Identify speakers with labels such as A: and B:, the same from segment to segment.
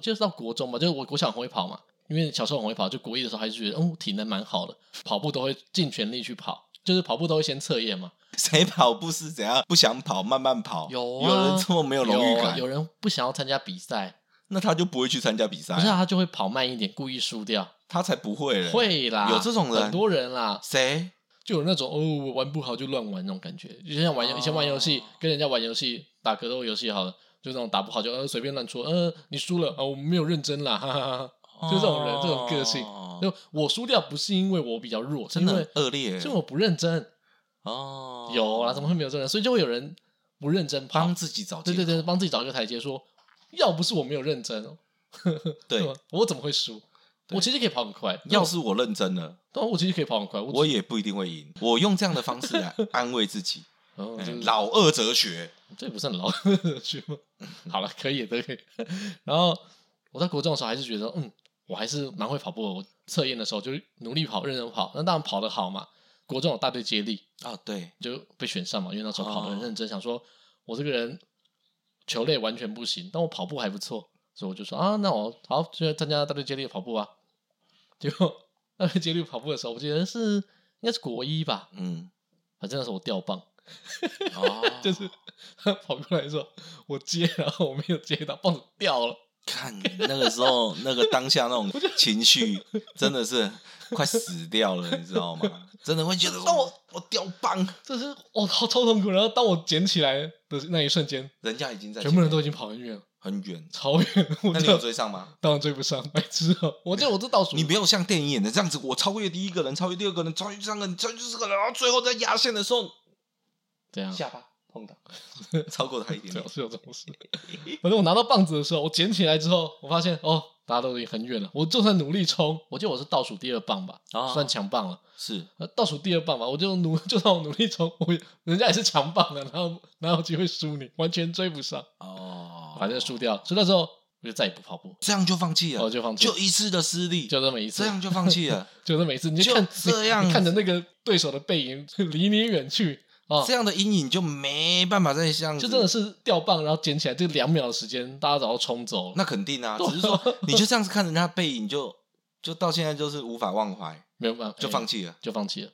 A: 记得是到国中嘛，就是我国小很会跑嘛，因为小时候很会跑，就国一的时候还是觉得，哦，体能蛮好的，跑步都会尽全力去跑，就是跑步都会先测验嘛。
B: 谁跑步是怎样不想跑，慢慢跑？
A: 有啊
B: 有人这么没有荣誉
A: 有
B: 感，
A: 有人不想要参加比赛，
B: 那他就不会去参加比赛
A: 不
B: 啊、
A: 是啊他就会跑慢一点，故意输掉。
B: 他才不会嘞。
A: 会啦，
B: 有这种人
A: 很多人啦，
B: 谁？
A: 就有那种哦，我玩不好就乱玩那种感觉，就像玩游以前玩游戏
B: 哦，
A: 跟人家玩游戏打格斗游戏好了，就那种打不好就呃随便乱说，呃你输了啊、我没有认真啦，哈哈哈哈。就这种人这种个性
B: 哦
A: 就我输掉不是因为我比较弱，是
B: 真
A: 因
B: 的
A: 为
B: 很恶劣。
A: 是因为我不认真，
B: 哦，
A: 有啊，怎么会没有这种人？所以就会有人不认真跑，
B: 帮自己找
A: 对对
B: 借口
A: 对，帮自己找一个台阶说，要不是我没有认真，哦
B: 对
A: 吧，我怎么会输？
B: 对
A: 我其实可以跑很快，
B: 要是我认真了，
A: 但啊我其实可以跑很快，我
B: 我也不一定会赢。我用这样的方式来安慰自己，
A: 我
B: 哎
A: 就是
B: 老二哲学。
A: 嗯这也不是很老的剧吗？好了，可以，都可以。 然后我在国中的时候还是觉得，嗯，我还是蛮会跑步的。我测验的时候就是努力跑，认真跑，那当然跑得好嘛。国中有大队接力
B: 哦，对，
A: 就被选上嘛，因为那时候跑得很
B: 哦
A: 认真，想说我这个人球类完全不行，但我跑步还不错，所以我就说啊，那我好就参加大队接力的跑步啊。结果大队接力跑步的时候，我记得是应该是国一吧，
B: 嗯，
A: 反正那时候我掉棒。
B: 哦
A: 就是 他跑过来说：“我接，然后我没有接到，棒子掉了。
B: 看那个时候，那个当下那种情绪，真的是快死掉了，你知道吗？真的会觉得
A: 让我
B: 我我掉棒，”
A: 这是我超超痛苦。然后当我捡起来的那一瞬间，
B: 人家已经在
A: 全部人
B: 前面
A: 都已经跑很远了，
B: 很远，
A: 超远了，我
B: 那你有
A: 就
B: 追上吗？
A: 当然追不上，白痴哦、我记得我是倒数，
B: 你没有像电影演的这样子，我超越第一个人，超越第二个人，超越第三个人，超越第四个人，然后最后在压线的时候，
A: 这样，
B: 下巴碰到， 超过他一点
A: 对
B: 点
A: 啊，。是有这种事。 反正我拿到棒子的时候，我捡起来之后，我发现哦，大家都已经很远了。我就算努力冲，我记得我是倒数第二棒吧，
B: 哦
A: 算强棒了。
B: 是
A: 呃倒数第二棒吧，我就努，就算我努力冲，我也人家也是强棒的，然后哪有机会输你？完全追不上。
B: 哦
A: 反正输掉了，所以那时候我就再也不跑步，
B: 这样就放弃
A: 然后
B: 了，
A: 就放弃，
B: 就一次的失利，
A: 就这么一次，
B: 这样就放弃 了。
A: 就这么一次，你就看
B: 就这样
A: 你看着那个对手的背影离你远去啊
B: 这，样的阴影就没办法再像，
A: 就真的是掉棒，然后捡起来，这两秒的时间，大家早就冲走了，
B: 那肯定啊，只是说你就这样子看着他背影就，就到现在就是无法忘怀，
A: 没有办法，
B: 就
A: 哎
B: 放弃了。
A: 就放弃了。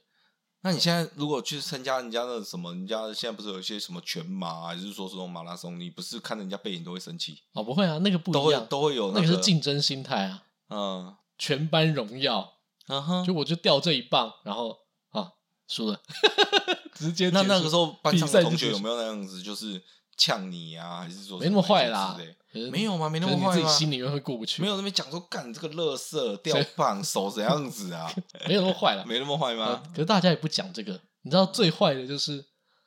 B: 那你现在如果去参加人家的什么，人家现在不是有一些什么全马、啊，还是说这种马拉松，你不是看人家背影都会生气，
A: 哦，不会啊，那个不
B: 都
A: 一
B: 会
A: 样，
B: 都会有
A: 那
B: 个
A: 个是竞争心态啊，
B: 嗯
A: 全班荣耀，
B: 嗯哼，
A: 就我就掉这一棒，然后啊输了， 直接
B: 那
A: 结
B: 那个
A: 束
B: 时候班上
A: 比赛
B: 的
A: 就
B: 同学
A: 结束
B: 有没有那样子，就是呛你啊，还是说
A: 没那么
B: 什
A: 坏啦
B: 之类
A: 可是
B: 没有吗？没那
A: 可
B: 么
A: 是你
B: 坏
A: 自己
B: 吗？
A: 心里面会过不去，
B: 没
A: 有
B: 有那边讲说干你这个乐色掉 棒手怎样子啊？
A: 没有那么坏了，
B: 没啊那么坏吗
A: 呃？可是大家也不讲这个，你知道最坏的就是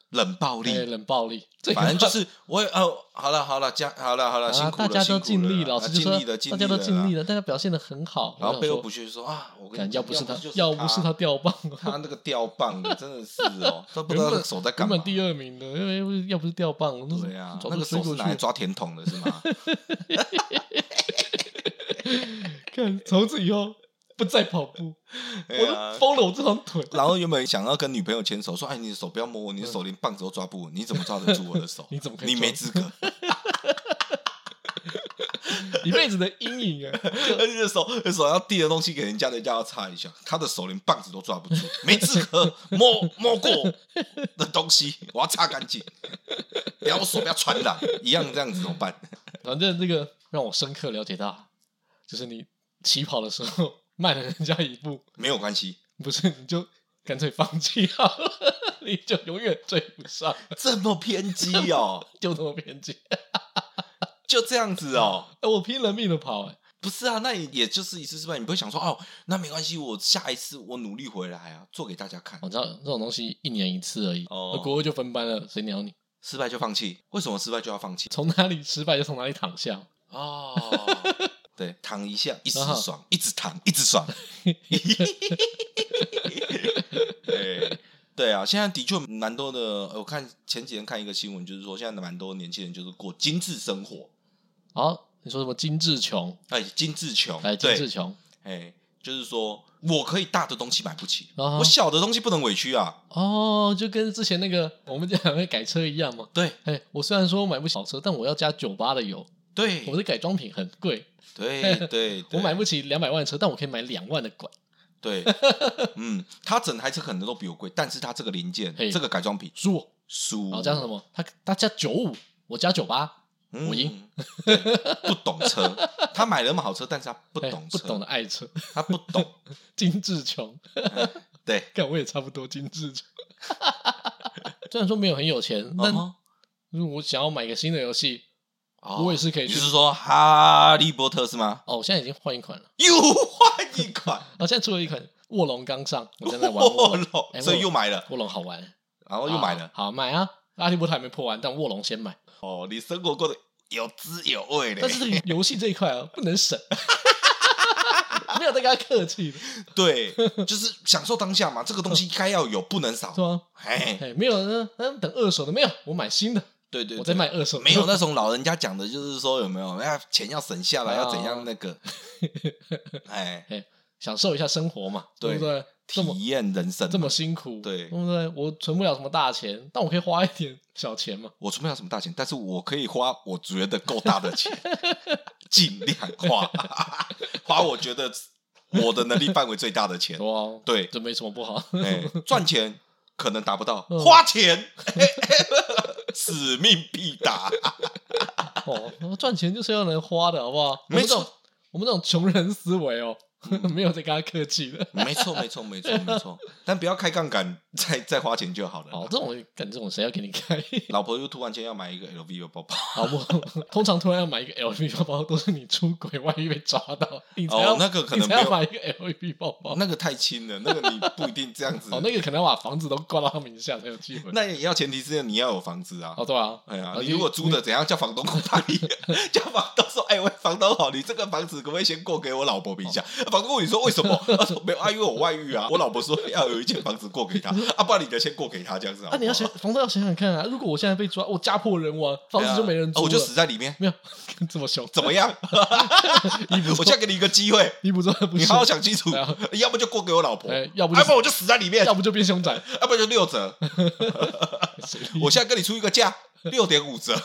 B: 冷暴力，
A: 哎冷暴力，最
B: 反正
A: 可
B: 就
A: 怕
B: 是我也哦，好了好了，加好了好了，辛
A: 啊，
B: 苦了，
A: 大家都
B: 辛苦
A: 尽力，
B: 了
A: 老
B: 啊
A: 师就
B: 尽
A: 说
B: 力的，尽
A: 大
B: 力
A: 家都尽力
B: 了
A: 了，大家表现的很好
B: 啊。，然后背后不
A: 去，
B: 屑说啊，我跟
A: 感
B: 你
A: 要
B: 讲
A: 不是
B: 他
A: 他，，
B: 要
A: 要不是他掉棒，
B: 他那个掉棒的，真的是哦，都不知
A: 原
B: 道
A: 本
B: 他手在干
A: 根
B: 嘛
A: 本。第二名的，因为要不是掉棒，我那
B: 对啊，
A: 早
B: 那
A: 就
B: 个
A: 追
B: 手是
A: 过去
B: 拿来
A: 了。
B: 抓甜筒的是 吗？
A: 看，从此以后不再跑步，我
B: 对啊
A: 都疯了我这双腿。？
B: 然后原本想要跟女朋友牵手，说：“哎，你的手不要摸我，你的手连棒子都抓不稳，你怎么抓得住我的手
A: 你怎么可以
B: 你
A: 抓
B: 没资格，
A: 一辈子的阴影啊！
B: 而且手手要递的东西给人家，人家要擦一下，他的手连棒子都抓不住，没资格摸摸过的东西，我要擦干净，不要我手不要传染，一样这样子怎么办？
A: 反正这个让我深刻了解到，就是你起跑的时候慢了人家一步，
B: 没有关系，
A: 不是，你就干脆放弃好了， 你就永远追不上，
B: 这么偏激哦，
A: 就这么偏激。
B: 就这样子哦。”
A: 哎我拼了命的跑、哎，
B: 不是啊，那你也就是一次失败，你不会想说哦，那没关系，我下一次我努力回来啊，做给大家看
A: 我，知道这种东西一年一次而已，
B: 哦
A: 那国二就分班了，谁鸟你？
B: 失败就放弃，为什么失败就要放弃？
A: 从哪里失败就从哪里躺下，
B: 哦， 对，躺一下，一时
A: 然后
B: 爽，一直躺，一 直爽。哎，对啊，现在的确蛮多的。呃我看前几天看一个新闻，就是说现在蛮多年轻人就是过精致生活，
A: 好，你说什么精致穷？
B: 哎，精致穷，
A: 来，精致
B: 对，
A: 穷
B: 哎，就是说我可以大的东西买不起，
A: 啊哈
B: 我小的东西不能委屈啊。
A: 哦，就跟之前那个我们讲会改车一样嘛。
B: 对，
A: 哎，我虽然说买不起好车，但我要加九八的油，
B: 对
A: 我的改装品很贵，
B: 对对，
A: 我买
B: 对
A: 不起两百万的车，但我可以买两万的管。
B: 对， 嗯，他整台车可能都比我贵，但是他这个零件
A: 嘿，哦
B: 这个改装品
A: 输我，
B: 输，
A: 然后加上什么？他他加九五，我加九八，
B: 嗯
A: 我赢，
B: 对不懂车， 他买了那么好车，但是他不
A: 哎
B: 懂
A: 不
B: 车，
A: 懂的爱车，
B: 他不 懂，
A: 精致穷。
B: 哎对，
A: 干我也差不多精致穷。 虽然说没有很有钱，但
B: 嗯
A: 如果我想要买个新的游戏，
B: 哦
A: 我也是可以
B: 你
A: 去。
B: 是说哈利波特是吗？
A: 哦，我现在已经换一款了，
B: 又换一款，
A: 哦，现在出了一款《卧龙刚上》， 我正在玩卧
B: 卧
A: 龙，哎
B: 龙，哦所以又买了，
A: 卧龙好玩，
B: 然哦后又买了
A: 啊。好买啊！阿利波特还没破完，但卧龙先买。
B: 哦，你生活过得有滋有味的
A: 但，是这个游戏这一块啊，不能省， 没有在跟他客气的，是
B: 对， 就是享受当下嘛，这个东西该要有，不 能少。
A: 吗？
B: 哎，
A: 哎，没有，嗯嗯，等二手的没有，我买新的，
B: 对对，
A: 我在
B: 对
A: 卖二手的，
B: 没有那种老人家讲的，就是说有没有 要钱要省下来，
A: 哦
B: 要怎样那 个，哎，
A: 享受一下生活嘛，对
B: 对
A: 不对？这么
B: 体验人生嘛。
A: 这么辛苦，
B: 对
A: 对不对？我存不了什么大钱，但我可以花一点小钱嘛。
B: 我存不了什么大钱，但是我可以花我觉得够大的钱，尽量花，花我觉得我的能力范围最大的钱。
A: 哇，
B: 对，
A: 这没什么不好。
B: 哎，赚钱可能达不到，
A: 嗯
B: 花钱使命必达。
A: 哦，赚钱就是要能花的，好不好？我
B: 没错
A: 们这种，我们这种穷人思维哦， 没有在跟他客气的。
B: 没错，没错，没错，没错。但不要开杠杆，再再花钱就好了。
A: 哦，这种干这种谁要给你开？
B: 老婆又突然间要买一个 LV 的包包，
A: 好不好？通常突然要买一个 LV 包包，都是你出轨，万一被抓到， 你才要、
B: 哦，那个可能
A: 你
B: 没
A: 才要
B: 有，
A: 买一个 LV 包包。
B: 那个太轻了，那个你不一定这样子。
A: 哦，那个可能要把房子都挂到他名下才有机会。
B: 那也要前提是你要有房子啊。
A: 哦，对啊，
B: 哎呀
A: 啊，
B: 你
A: 你
B: 如果租的怎样叫房东过来？ 叫房东说：“哎，喂，房东好，你这个房子可不可以先过给我老婆名下？”
A: 哦
B: 房东问你说：“为什么？”他说：“没有啊，因为我外遇啊，我老婆说要有一间房子过给她，啊，不然你的先过给她这样子好不
A: 啊，
B: 好
A: 你要想，房东要想想看啊，如果我现在被抓，我家破人亡，房哦子就没人
B: 啊
A: 住了，
B: 我就死在里面，
A: 没有 这么凶，
B: 怎么 样？我再给你一个机会，
A: 你不做不
B: 你
A: 行
B: 好，好想清楚
A: 对啊，
B: 要不就过给我老婆，
A: 哎，要不
B: 要不然
A: 就
B: 我就死在里面，
A: 要不就变凶宅，
B: 要不然就六折。
A: 谁
B: 我现在跟你出一个价，六点五折。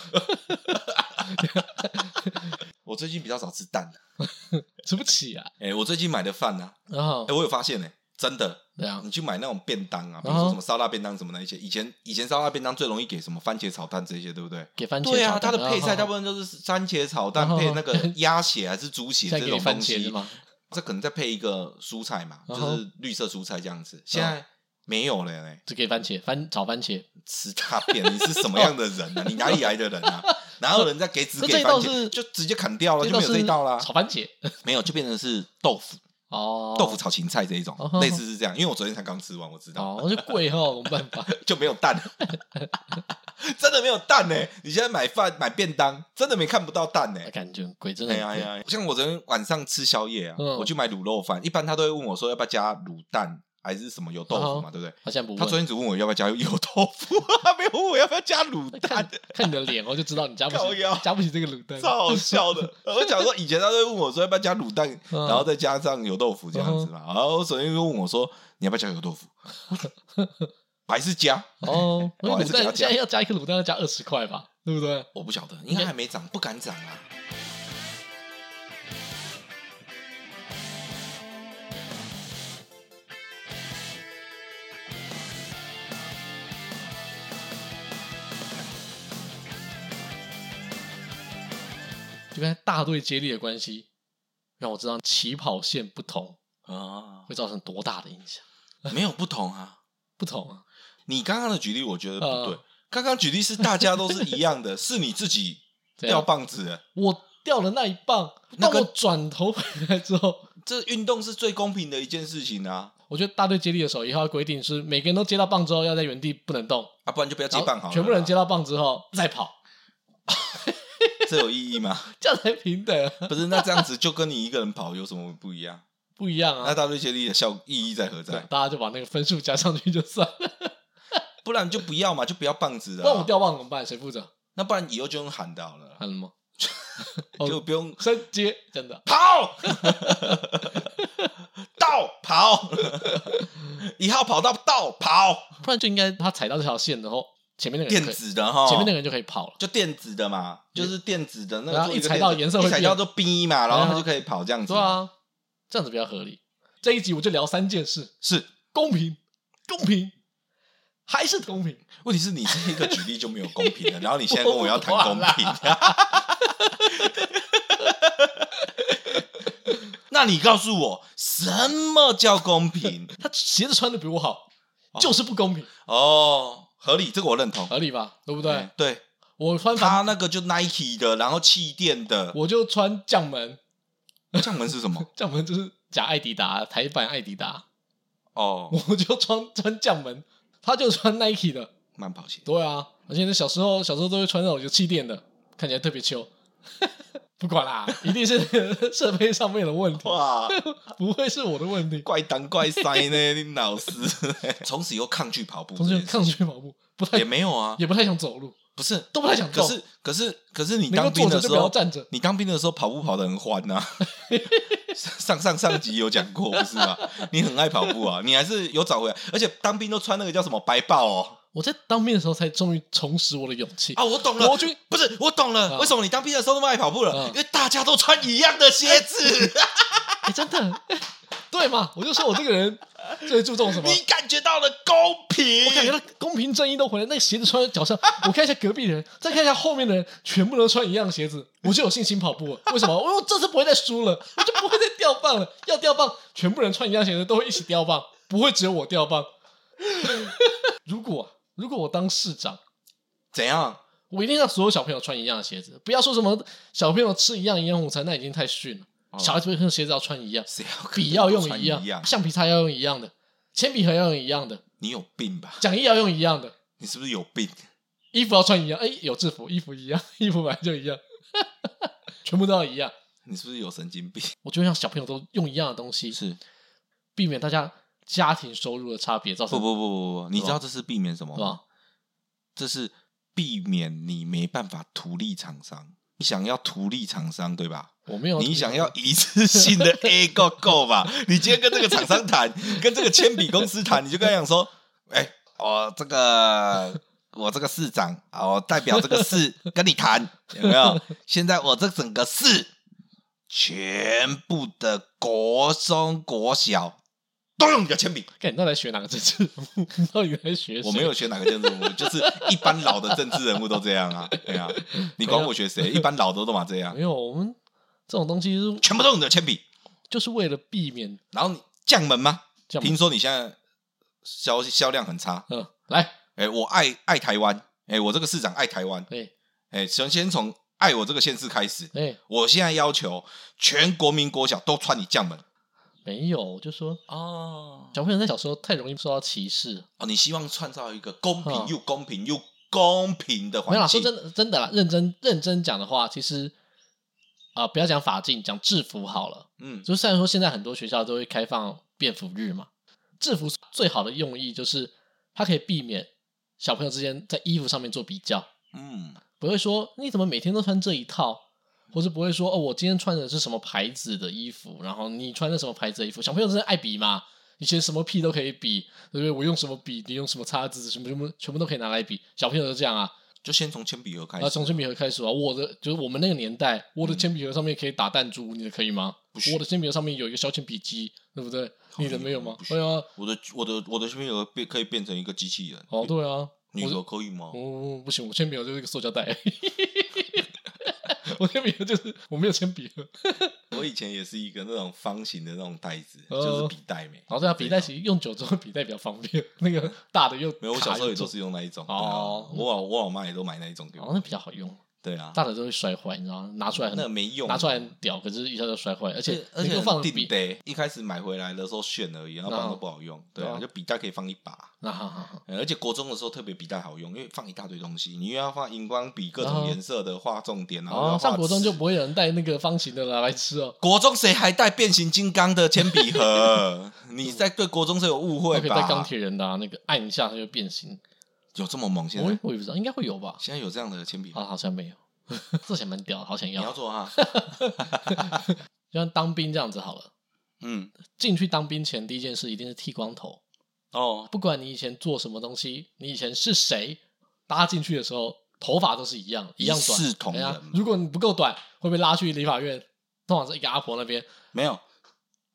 B: 我最近比较少吃蛋了，
A: 吃不起啊，
B: 哎、我最近买的饭呢、啊，
A: 然后
B: 哎、我有发现呢、真的，
A: 这样
B: 你去买那种便当啊，
A: 嗯
B: 比如
A: 哼
B: 说什么烧腊便当什么的一些，以前以前烧腊便当最容易给什么番茄炒蛋这些，对不对？
A: 给番茄炒蛋，哦
B: 对啊，它的配菜大
A: 要
B: 部分就是番茄炒蛋
A: 嗯哼
B: 配那个鸭血还是猪血
A: 现在
B: 这
A: 给你
B: 种
A: 番
B: 东
A: 茄是
B: 西，
A: 吗？
B: 这可能再配一个蔬菜嘛，就
A: 嗯哼嗯
B: 是绿色蔬菜这样子。现在没有了嘞、
A: 只给番茄，番炒番茄，
B: 吃大便，你是什么样的人呢、啊？你哪里来的 人啊？哪有人在给只
A: 那这
B: 给
A: 一
B: 番
A: 道
B: 茄
A: 是
B: 就直接砍掉了，就没有
A: 是
B: 这一道啦？
A: 炒番茄
B: 没有，就变成是豆腐、
A: 哦，
B: 豆腐炒芹菜这一种
A: 哦吼，
B: 类似是这样。因为我昨天才刚吃完，我知道
A: 哦，那就贵哈，没办法，
B: 就没有 蛋， 真的没有蛋呢。你现在买饭买便当，真的没看不到蛋呢。
A: 感觉很贵，真的
B: 哎
A: 很
B: 呀哎
A: 贵，
B: 呀，像我昨天晚上吃宵夜啊，
A: 嗯
B: 我去买卤肉饭，一般他都会问我说要不要加卤蛋还是什么油豆腐嘛，对不对？
A: 好像嗯不
B: 他昨
A: 问。
B: 天只问我要不要加油豆腐， 他没有问我要不要加卤蛋
A: 看。看你的脸，我就知道你加不
B: 靠
A: 起
B: 腰，
A: 加不起这个卤蛋。
B: 超好 笑的。我讲说以前他都会问我说要不要加卤蛋，
A: 嗯
B: 然后再加上油豆腐这样子嘛。然后首先就问我说你要不要加油豆腐， 我还是加？
A: 哦，
B: 不好意
A: 卤
B: 思
A: 蛋
B: 给他
A: 现
B: 加
A: 在要加一颗卤蛋要加二十块吧，对不对？
B: 我不晓得，应该还没涨，不敢涨啊。
A: 就跟大队接力的关系，让我知道起跑线不同
B: 啊，
A: 会造成多大的影响。
B: 没有不同啊。
A: 不同啊，
B: 你刚刚的举例我觉得不对
A: 嗯，
B: 刚刚举例是大家都是一样的，是你自 己
A: 这
B: 掉
A: 样
B: 棒子了。
A: 我掉了那一棒，
B: 那
A: 当
B: 个
A: 我转头回来之后，
B: 这运动是最公平的一件事情啊，
A: 我觉得大队接力的时候，以后要规定是每个人都接到棒之后要在原地不能动，
B: 啊，不然就不要接
A: 然后
B: 棒好了啦。
A: 全部人接到棒之后再跑，
B: 这有意义吗？
A: 这样才平等啊，
B: 不是，那这样子就跟你一个人跑有什么不一样？
A: 不一样
B: 那
A: 啊。
B: 大队接力的效意义在何在？
A: 大家就把那个分数加上去就算了，
B: 不然就不要嘛，就不要棒
A: 不
B: 子的、
A: 然我
B: 啊。
A: 掉棒怎么办？谁负责？
B: 那不然以后就用喊的好了啦，
A: 看了 吗？哦
B: 就不用
A: 三接真的
B: 跑，倒跑，一号跑到倒跑，
A: 不然就应该他踩到这条线，然后前面那个人
B: 电
A: 可以，
B: 子哦的哈，
A: 前面那个人就可以跑了。
B: 就电子的嘛，就是电子的那
A: 然
B: 个
A: 后
B: 做
A: 一
B: 个
A: 踩
B: 电
A: 到
B: 子
A: 颜色
B: 一
A: 会
B: 踩
A: 变
B: 到就逼嘛，然后
A: 对
B: 他
A: 啊
B: 就可以跑这样子
A: 对
B: 嘛。
A: 啊，这样子比较合理。这一集我就聊三件事：
B: 是，
A: 公平、公平，还是公平。
B: 问题是你这个举例就没有公平了，然后你现在跟我要谈公平， 那你告诉我什么叫公平？
A: 他鞋子穿的比我好，
B: 哦
A: 就是不公平，
B: 哦，合理，这个我认同。
A: 合理吧？对不对
B: 哎？对，
A: 我穿
B: 他
A: 反，
B: 那个就 Nike 的，然后气垫的，
A: 我就穿降门，
B: 降门是什么？
A: 降门就是假艾迪达，台版艾迪达，
B: 哦，
A: 我就穿穿降门，他就穿 Nike 的。
B: 慢跑鞋。
A: 对啊，而且那小时候小时候都会穿那种有气垫的，看起来特别秋。 不管啦，一定是 设备上面的问题，
B: 哇，
A: 不会是我的问题。
B: 怪当怪塞 呢，你老师。从此又抗拒跑步这
A: 同
B: 件
A: 学
B: 事，
A: 抗拒哎跑步，不太
B: 也没有啊，
A: 也不太想走路，
B: 不是，
A: 都不太想
B: 可
A: 动
B: 是，可是，可是你
A: 能够
B: 当兵
A: 坐着
B: 的
A: 就
B: 时
A: 不要
B: 候，
A: 站着。
B: 你当兵的时候跑步跑得很欢 呐、上上上集有讲过，不是吗？你很爱跑步啊，你还是有找回来，而且当兵都穿那个叫什么白豹哦
A: 我在当兵的时候才终于重拾我的勇气。
B: 啊，我懂
A: 国
B: 了。
A: 军
B: 不是，我懂了，
A: 啊
B: 为什么你当兵的时候那么爱跑步了？
A: 啊
B: 因为大家都穿一样的鞋子，
A: 哎，真的， 对嘛？我就说我这个人最注重什么？
B: 你感觉到了公平。
A: 我感觉到公平正义都回来，那个鞋子穿在脚上，我看一下隔壁的人，再看一下后面的人，全部都穿一样的鞋 子，我就有信心跑步了。为什么？因为我这次不会再输了，我就不会再掉棒了。要掉棒，全部人穿一样鞋子都会一起掉棒，不会只有我掉棒。 如果啊如果我当市长，
B: 怎样？
A: 我一定让所有小朋友穿一样的鞋子，不要说什么小朋友吃一样营养午餐，那已经太逊了。
B: 哦
A: 小孩子穿鞋子要穿一样，
B: 谁要
A: 笔要用
B: 穿
A: 一
B: 一
A: 样，橡皮擦要用一样的，铅笔盒要用一样的，
B: 你有病吧？
A: 讲义要用一样的，
B: 你是不是有病？
A: 衣服要穿一样。哎，有制服，衣服一样， 衣服本来就一样，全部都要一样。
B: 你是不是有神经病？
A: 我觉得让小朋友都用一样的东西，
B: 是
A: 避免大家家庭收入的差别造
B: 不
A: 成，
B: 不不不不，你知道这是避免什么
A: 是
B: 吗
A: 吧？？
B: 这是避免你没办法图利厂商。你想要图利厂商对吧？
A: 我没有，
B: 你想要一次性的 A 够够吧？ 你今天跟这个厂商谈，跟这个铅笔公司谈，你就跟他讲说：“哎、我这个我这个市长啊，我代表这个市跟你谈，有没有？现在我这整个市全部的国中、国小都用你的铅笔。”
A: 看你到底在学哪个政治人物？你 到底在学谁？
B: 我没有学哪个政治人物，就是一般老的政治人物都这样啊，对啊，你管我学谁？一般老的都嘛这样
A: 没，有，我们这种东西是
B: 全部都用你的铅笔。
A: 就是为了避免
B: 然后你降门吗？
A: 这样
B: 听。说你现在销销量很差，
A: 嗯，来，
B: 哎、我爱爱台湾，哎、我这个市长爱台湾，
A: 哎
B: 哎、首先从爱我这个县市开始，
A: 哎，
B: 我现在要求全国民国小都穿你降门
A: 没有，我就说
B: 哦
A: 小朋友在小时候太容易受到歧视。
B: 哦，你希望创造一个公
A: 嗯
B: 平又公平又公平的
A: 没有啦，
B: 环
A: 说
B: 境，
A: 真的，真的啦，认真认真讲的话，其实啊、不要讲法禁，讲制服好了。
B: 嗯，
A: 就虽然说现在很多学校都会开放便服日嘛，制服最好的用意就是它可以避免小朋友之间在衣服上面做比较，
B: 嗯，
A: 不会说你怎么每天都穿这一套。或是不会说哦，我今天穿的是什么牌子的衣服，然后你穿的什么牌子的衣服？小朋友真的爱比嘛，以前什么屁都可以比，对不对？我用什么笔，你用什么叉子，什么什么，全部都可以拿来比。小朋友就这样啊，
B: 就先从铅笔盒开
A: 然后
B: 始，
A: 从铅笔盒开始啊，我的就是我们那个年代，我的铅笔盒上面可以打弹珠，你的可以吗？
B: 不行
A: 我的铅笔盒上面有一个小铅笔机，对不对？
B: 好
A: 你的没有吗
B: 不？行
A: 对啊，
B: 我的我的我的铅笔盒变可以变成一个机器人，
A: 哦，对啊，
B: 女
A: 我
B: 的可以吗？
A: 哦不行，我铅笔盒就是一个塑胶袋， 我铅笔盒就是我没有铅笔盒，
B: 我以前也是一个那种方形的那种袋子，
A: 哦
B: 就是笔袋没。
A: 然后对啊，笔袋其实用久之后笔袋比较方便，那个大的又
B: 没有，我小时候也都
A: 做，
B: 是用那一种。
A: 哦
B: 对啊我老我老妈也都买那一种给
A: 然
B: 我。
A: 后那比较好用，
B: 对啊，
A: 大的都会摔坏，你知道吗？拿出来很
B: 那没用，
A: 拿出来很屌，可是一下就摔坏，而
B: 而
A: 且
B: 而
A: 能
B: 且
A: 够放的
B: 定
A: 笔，
B: 的。一开始买回来的时候炫而已，然后放都不好用。对
A: 哦
B: 啊，就笔袋可以放一把。
A: 那好好好，
B: 呃而且国中的时候特别笔袋好用，因为放一大堆东西，你又要放荧光笔、各种
A: 哦
B: 颜色的画重点，啊然后又
A: 哦
B: 要，
A: 上
B: 画
A: 国中
B: 字
A: 就不会有人带那个方形的了来吃哦。
B: 国中谁还带变形金刚的铅笔 盒？你在对国中是有误会
A: 哦可以
B: 吧？
A: 带钢铁人的、啊、那个按一下它就变形，
B: 有这么猛？现
A: 我
B: 在
A: 也我也不知道，应该会有吧？
B: 现在有这样的铅笔盒
A: 啊，，好像没有， 这想蛮屌的，好想
B: 你
A: 要，
B: 要做 啊哈？
A: 就像当兵这样子好了。
B: 嗯，
A: 进去当兵前第一件事一定是剃光头，
B: 哦，
A: 不管你以前做什么东西，你以前是谁，搭进去的时候，头发都是一样，一样短，
B: 一视同仁
A: 哎呀如果你不够短，会被拉去理发院，通常是一个阿婆那边，
B: 没有，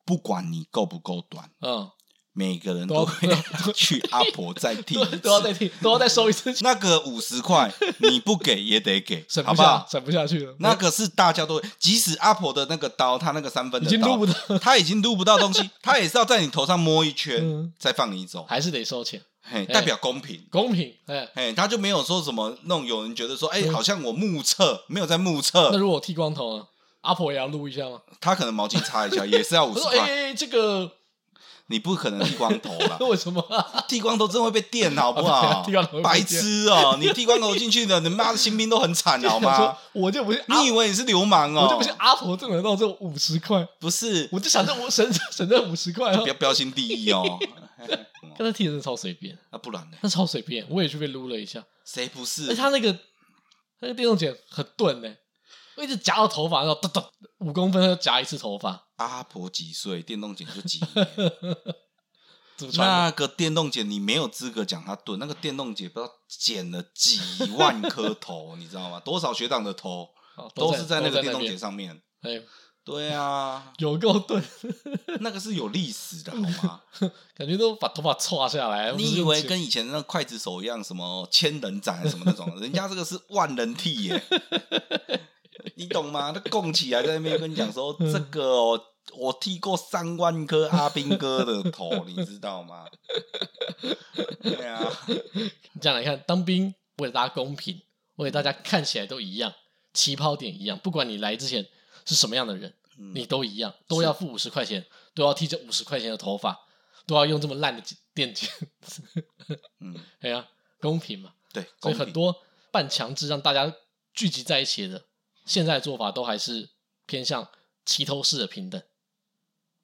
B: 不管你够不够短，
A: 嗯，
B: 每个人
A: 都要
B: 都会 去阿婆再 剃
A: 都
B: 一
A: 都要再
B: 次。，
A: 剃，都要再收一次
B: 那个五十块，你不给也得给，
A: 省
B: 好
A: 不
B: 不
A: 下
B: 好，？
A: 省不下去了，
B: 那个是大家都，即使阿婆的那个刀，她那个三分
A: 已
B: 的
A: 经
B: 刀
A: 撸不，到，
B: 她已经撸不到 东西，她也是要在你头上摸一圈
A: 嗯，
B: 再放你走，
A: 还是得收钱，
B: 嘿，代表公平。
A: 公平，哎。
B: 哎，他就没有说什么弄，有人觉得说，哎，
A: 嗯
B: 好像我目测没有在目
A: 那
B: 测，
A: 如果我剃光头呢？阿婆也要撸一下吗？
B: 他可能毛巾擦一下也是要五
A: 我
B: 十
A: 说，哎、
B: 块，
A: 这个
B: 你不可能剃光头啦，
A: 为什么、啊？
B: 剃光头真的会被电好不
A: 啊 对啊
B: 好
A: 剃光头会？被
B: 白
A: 电
B: 痴哦，你剃光头进去的，你妈的新兵都很惨好
A: 想说
B: 吗？
A: 我就不是阿
B: 你以为你是流氓哦？
A: 啊我就不信阿婆挣得到这五十块，
B: 不是，
A: 我就想着我省 省这五十块啊
B: 不要。标新立异哦。 啊
A: 刚才剃的真的超随便，
B: 那不然呢？
A: 那超随便，我也去被撸了一下。
B: 谁不
A: 而且
B: 是？
A: 哎他那个那个电动剪很钝呢、我一直夹到头发，然后咚 咚五公分，他就夹一次头发，
B: 阿婆几岁？电动剪就几年？
A: 怎么穿的？
B: 那个电动剪你没有资格讲他钝，那个电动剪不知道剪了几万颗 头，你知道吗？多少学长的头
A: 好
B: 都
A: 在
B: 是在那
A: 哦都
B: 个
A: 在
B: 电动剪
A: 边，
B: 上面。
A: 哎，
B: 对啊，
A: 有够钝，
B: 那个是有历史的好吗？
A: 感觉都把头发歘下来。不
B: 你
A: 是
B: 以为
A: 剪
B: 跟以前那个刽子手一样，什么千人斩还是什么那种？人家这个是万人剃耶，你懂吗？他供起来在那边跟你讲说，这个哦，我剃过三万颗阿兵哥的头，你知道吗？对啊，
A: 这样来看，当兵为了大家公平，为了大家看起来都一样，起跑点一样，不管你来之前是什么样的人，
B: 嗯
A: 你都一样，都要付五十块钱，都要剃这五十块钱的头发，都要用这么烂的电剪，
B: 嗯，
A: 哎呀，公平嘛。
B: 对，
A: 所以
B: 公平
A: 很多半强制让大家聚集在一起的，现在的做法都还是偏向齐头式的平等，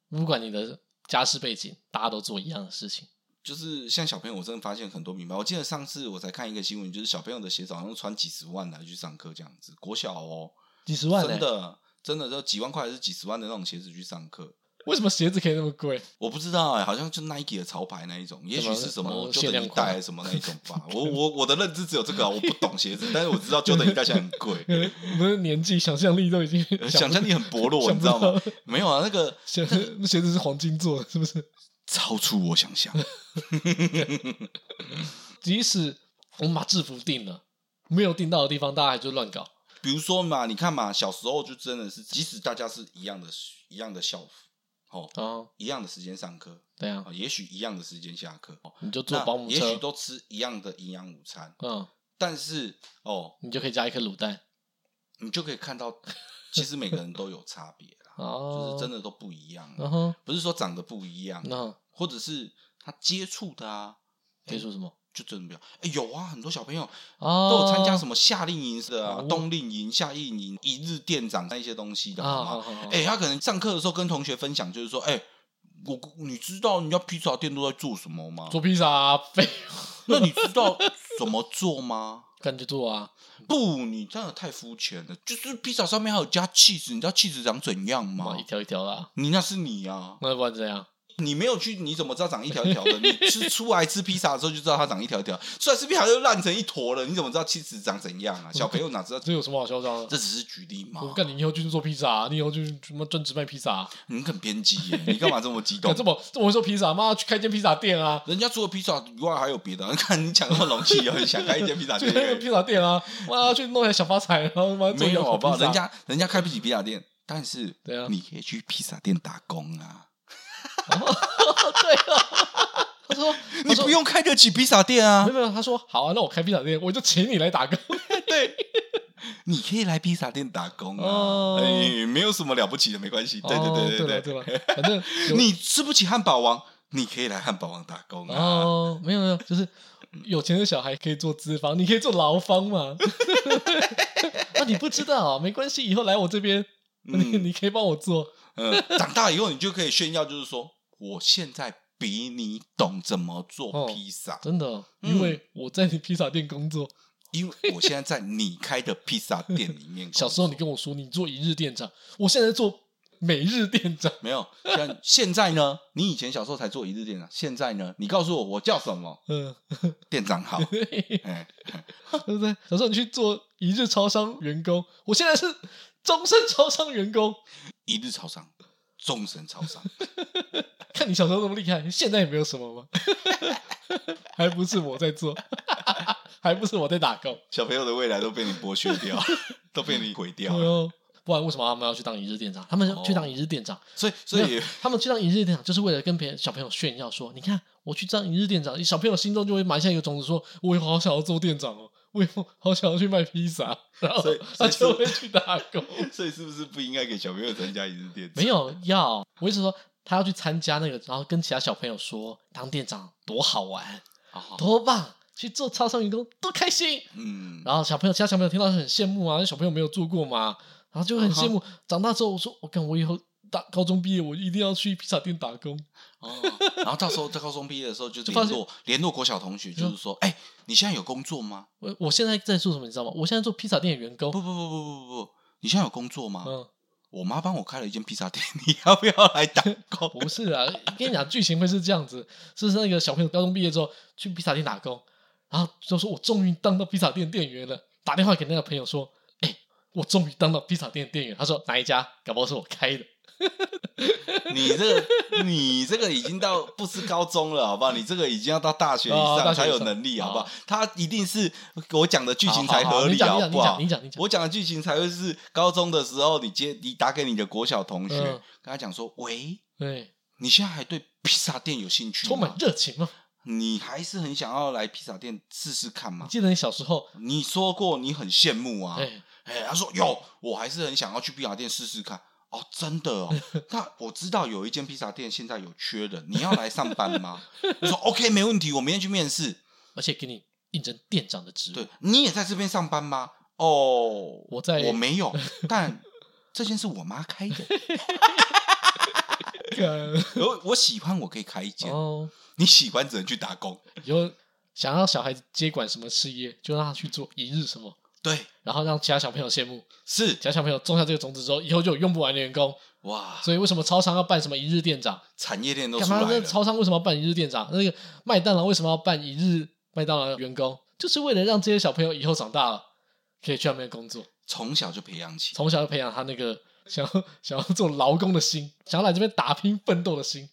A: 不管你的家世背景，大家都做一样的事情。
B: 就是像小朋友，我真的发现很多明白。我记得上次我才看一个新闻，就是小朋友的鞋子好像穿几十万来去上课这样子，国小哦，
A: 几十万、欸，
B: 真的真的就几万块还是几十万的那种鞋子去上课。
A: 为什么鞋子可以那么贵？
B: 我不知道哎、好像就 Nike 的潮牌那一种，也许是什么
A: 哦
B: Jordan
A: 限量
B: 一代
A: 款
B: 还是什么那一种吧。我我我的认知只有这个啊，我不懂鞋子，但是我知道 Jordan 一代现在很贵，
A: 我们的年纪、想象力都已经
B: 想象力很薄弱，
A: 呃想
B: 你
A: 不
B: 知道吗？没有啊，那个
A: 想那鞋子是黄金做的，是不是？
B: 超出我想象。
A: 即使我们把制服定了，没有定到的地方，大家还就乱搞。
B: 比如说嘛，你看嘛，小时候就真的是，即使大家是一样的一样的校服，哦，
A: 哦，
B: 一样的时间上课，
A: 对啊
B: 哦，，也许一样的时间下课，哦
A: 你就坐
B: 那
A: 保姆
B: 也许
A: 车，
B: 都吃一样的营养午餐，
A: 嗯，
B: 但是哦，
A: 你就可以加一颗卤蛋。
B: 你就可以看到，其实每个人都有差别啦。
A: 哦，
B: 就是真
A: 的。
B: 的都不一样啊，
A: 然后，
B: 不是说长得不一样，
A: 那
B: 或者是他接触的啊，
A: 可以说什么？
B: 就真的不一样。哎，有啊，很多小朋友
A: 哦，
B: 都有参加什么夏令营的啊
A: 哦，
B: 冬令营、夏令营、一日店长那一些东西的，
A: 啊？
B: 好
A: 好
B: 吗？
A: 好好，
B: 哎，他可能上课的时候跟同学分享，就是说，哎。我你知道人家披萨店都在做什么吗？
A: 做披萨啊废话，
B: 那你知道怎么做吗？
A: 干就做啊。
B: 不，你真的太肤浅了。就是披萨上面还有加 cheese，你知道 cheese 长怎样吗
A: 嘛，一？条一条啦。
B: 你那是你啊，
A: 那不然怎样？
B: 你没有去，你怎么知道长一条一条的？ 你吃出来吃披萨的时候就知道它长一条一条，出来吃披萨就烂成一坨了，你怎么知道妻子长怎样啊？小朋友哪知道？
A: 这有什么好嚣张
B: 这
A: 的？
B: 只是举例嘛
A: 我，干，你以后就是做披萨啊，你以后就是什么专职卖披萨啊？
B: 你很偏激耶！你干嘛这么激 动
A: 干？这么这么会做披萨，妈去开间披萨店啊！
B: 人家除了披萨以外还有别的啊，你看你讲那么容易哦，你想开一间披 萨
A: 去
B: 店
A: 那个
B: 对不对？
A: 披萨店啊，哇，去弄点小发财，然后妈做
B: 没有
A: 一口
B: 好不好？
A: 披萨
B: 人家人家开不起披萨店，但是
A: 对啊
B: 你可以去披萨店打工啊，
A: 对啊，他 说
B: 你不用开得起披萨店啊
A: 没有，没有，他说好啊，那我开披萨店，我就请你来 打工。对，
B: 你可以来披萨店打工啊，
A: 哦
B: 哎，没有什么了不起的，没关系。对对对
A: 对
B: 对
A: 了哦对了，反正有
B: 你吃不起汉堡王，你可以来汉堡王打工啊。
A: 哦，没有没有，就是有钱的小孩可以做资方，你可以做劳方嘛。 啊，你不知道啊，没关系，以后来我这边，你
B: 嗯
A: 你可以帮我做。
B: 嗯，长大以后你就可以炫耀，就是说我现在比你懂怎么做
A: 哦
B: 披萨，
A: 真的哦，
B: 嗯
A: 因为我在你披萨店工作。
B: 因为我现在在你开的披萨店里面工作。
A: 小时候你跟我说你做一日店长，我现在做每日店长，
B: 没有，像现在呢，你以前小时候才做一日店长，现在呢，你告诉我我叫什么？
A: 嗯，
B: 店 长好，
A: 对
B: 哎，
A: 不对？小时候你去做一日超商员工，我现在是终身超商员工。
B: 一日超商，终身超商，
A: 看你小时候那么厉害，现在也没有什么吗？ 还不是我在做， 还不是我在打工。
B: 小朋友的未来都被你剥削 掉，都被你毁掉
A: 哎
B: 了。
A: 呦，不然为什么他们要去当一日店长？他们
B: 哦
A: 去当一日店长，
B: 所以，所
A: 没
B: 以
A: 有他们去当一日店长就是为了跟别人小朋友炫耀说：“你看我去当一日店长。”小朋友心中就会埋下一个种子说，我以后好想要做店长哦，我以后好想要去卖披萨。”然后
B: 所以
A: 他
B: 所以是
A: 就会去打工。
B: 所以是不是不应该给小朋友参加一日店长？
A: 没有要，我一直说他要去参加那个，然后跟其他小朋友说当店长多好玩，
B: 好，好
A: 多棒，去做超商员工多开心。
B: 嗯，
A: 然后小朋友，其他小朋友听到很羡慕啊，那小朋友没有做过嘛，然后就很羡慕。长大之后，我说我干，我以后大高中毕业，我一定要去披萨店打工。
B: 哦，然后到时候在高中毕业的时候就
A: 就发
B: 联
A: 现嗯
B: 络联络国小同学，就是说，哎，你现在有工作吗？
A: 我我现在在做什么，你知道吗？我现在做披萨店的员工
B: 不。不不不不不不，你现在有工作吗？
A: 嗯，
B: 我妈帮我开了一间披萨店， 你要不要来打工？
A: 不是啊，跟你讲，剧情会是这样子，是那个小朋友高中毕业之后去披萨店打工，然后就说我终于当到披萨店店员了，打电话给那个朋友说，哎、我终于当到披萨店店员。他说哪一家？搞不好是我开的。
B: 你这个，你这个已经到不是高中了，好不好？你这个已经要到大学以
A: 哦大
B: 上
A: 学以
B: 才
A: 上哦
B: 有能力，好不好？他一定是我讲 的剧情才
A: 好好好
B: 合理，好
A: 你
B: 不好
A: 讲，你讲，你？讲，你讲。
B: 我讲的剧情才会是高中的时候，你接你打给你的国小同学，
A: 嗯
B: 跟他讲说：“喂，
A: 对，
B: 你现在还对披萨店有兴
A: 哎
B: 趣
A: 充满
B: 吗？
A: 热情嘛。
B: 你还是很想要来披萨店试试看
A: 你
B: 吗？”
A: 记得你小时候，
B: 你说过你很羡慕啊，
A: 哎，
B: 哎、他说有，我还是很想要去披萨店试试看。哦，真的 哦，那我知道有一间披萨店现在有缺人，你要来上班吗？我说 OK，没问题，我明天去面试。
A: 而且给你应征店长的职位
B: 对，，你也在这边上班吗？哦，
A: 我在
B: 我 没有，但这间是我妈开的，我我喜欢，我可以开一 间。
A: 哦，
B: 你喜欢只能去打工，
A: 以后想要小孩子接管什么事业，就让他去做一日什么，
B: 对，
A: 然后让其他小朋友羡慕，
B: 是
A: 其他小朋友种下这个种子之后，以后就有用不完的员工。
B: 哇，
A: 所以为什么超商要办什么一日店长？
B: 产业链都
A: 干
B: 出
A: 嘛？
B: 来
A: 那
B: 了。
A: 超商为什么要办一日店长？那个麦当劳为什么要办一日麦当劳员工？就是为了让这些小朋友以后长大了可以去那边工作。
B: 从小就培养起，
A: 从小就培养他那个想要想要做劳工的心，想要来这边打拼奋斗的心。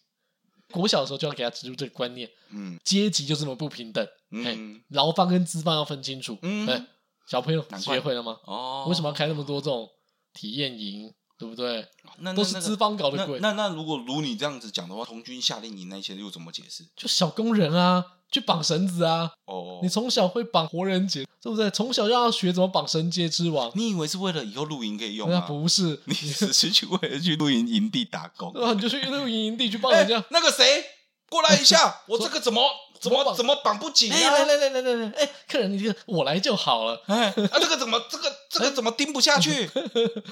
A: 国小的时候就要给他植入这个观念，
B: 嗯
A: 阶级就这么不平等，嘿，
B: 嗯，
A: 劳方跟资方要分清楚。
B: 嗯
A: 对，小朋友
B: 难怪
A: 学会了吗？
B: 哦，
A: 为什么要开那么多这种体验营？对不对？
B: 那？那
A: 都是
B: 那个
A: 资方搞的鬼，
B: 那那那如果如你这样子讲的话，童军夏令营那些又怎么解释？
A: 就小工人啊，去绑绳子啊。
B: 哦
A: 你从小会绑活人节，对不对？从小就要学怎么绑绳结之王。
B: 你以为是为了以后露营可以用
A: 那
B: 吗？
A: 不是，
B: 你只是去为了去露营营地打工。
A: 对吧？你就去露营营地去帮
B: 哎
A: 呃人 家。
B: 那个谁过来 一下，我这个怎么
A: 怎
B: 怎
A: 么绑
B: 么怎么绑不紧
A: 哎，来
B: 啊？
A: 来来来来来，哎，客人，你这个我来就好了。
B: 哎，啊，这个怎么这个这个怎么钉不下去？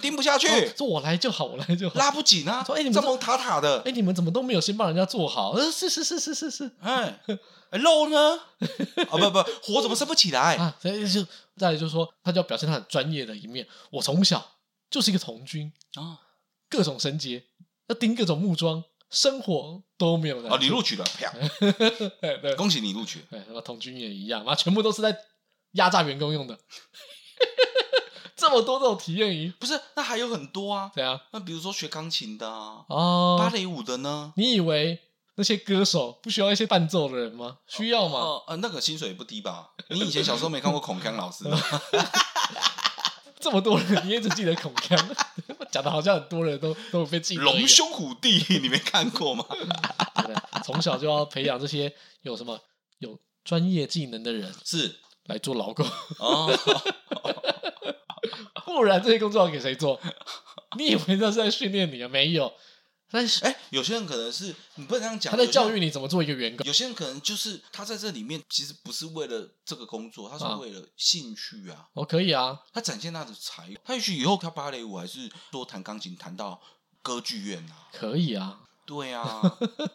B: 钉不下去，
A: 哦说我来就好，我来就好。
B: 拉不紧啊！
A: 说哎你们
B: 这
A: 这
B: 么塔塔的
A: 哎，，你们怎么都没有先帮人家做好？呃，是是是是是是
B: 哎，哎 肉呢？啊不不，火怎么升不起来？
A: 啊，所以就再来就说，他就要表现他很专业的一面。我从小就是一个童军，
B: 啊
A: 各种绳结，要钉各种木桩，生活都没有的。哎
B: 啊，你录取了，啪！
A: 对对
B: 恭喜你录取了。
A: 对，他妈童军也一样，妈全部都是在压榨员工用的。 这么多这种体验营，
B: 不是，那还有很多啊。
A: 怎样？
B: 那比如说学钢琴的啊，芭
A: 哦，
B: 蕾舞的呢？
A: 你以为那些歌手不需要一些伴奏的人吗？需要吗？
B: 哦呃，那个薪水也不低吧？你以前小时候没看过孔锵 老师吗？
A: 这么多人，你也只记得孔锵， 讲的好像很多人都 都有被记得一样
B: 龙，兄虎弟，你没看 过吗？
A: 对不对从小就要培养这些有什么有专业技能的人
B: 是
A: 来做劳工，
B: 哦，
A: 不然这些工作要给谁 做？你以为那是在训练你啊？没有，但是
B: 哎、有些人可能是你不能这样讲，
A: 他在
B: 有些
A: 教
B: 人。
A: 育你怎么做一个员工。
B: 有些人可能就是他在这里面，其实不是为了这个工作，他
A: 啊
B: 是为了兴趣啊。
A: 哦，可以啊，
B: 他展现他的才华，他也许以后跳芭蕾舞还是多弹钢琴，弹到歌剧院啊。
A: 可以啊，
B: 对啊，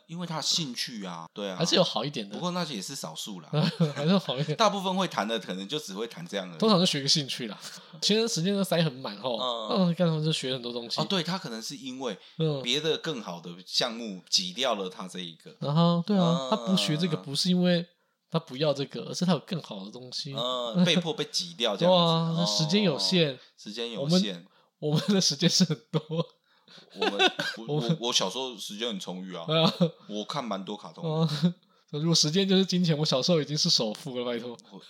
B: 因为他兴趣啊，对啊，
A: 还是有好一点的
B: 不，过那些也是少数 啦，
A: 还是有好一点。
B: 大部分会弹的可能就只会弹这样的。
A: 通常就学个兴趣啦，其实时间都塞很满后，
B: 嗯
A: 嗯，干他们就学很多东西
B: 哦，，对他可能是因为
A: 嗯，
B: 别的更好的项目挤掉了他这一个，
A: 然后对啊，他不学这个
B: 嗯
A: 不是因为他不要这个，而是他有更好的东西。
B: 嗯，被迫被挤掉这
A: 对
B: 样
A: 啊，
B: 子。
A: 那
B: 哦
A: 时间有，限，
B: 时间
A: 我
B: 有
A: 们
B: 限。
A: 我们的时间是很多，
B: 我们我我我小时候时间很充裕啊，
A: 对啊，
B: 我看蛮多卡通的，
A: 哦， 如果时间就是金钱，我小时候已经是首富了，拜托。
B: 我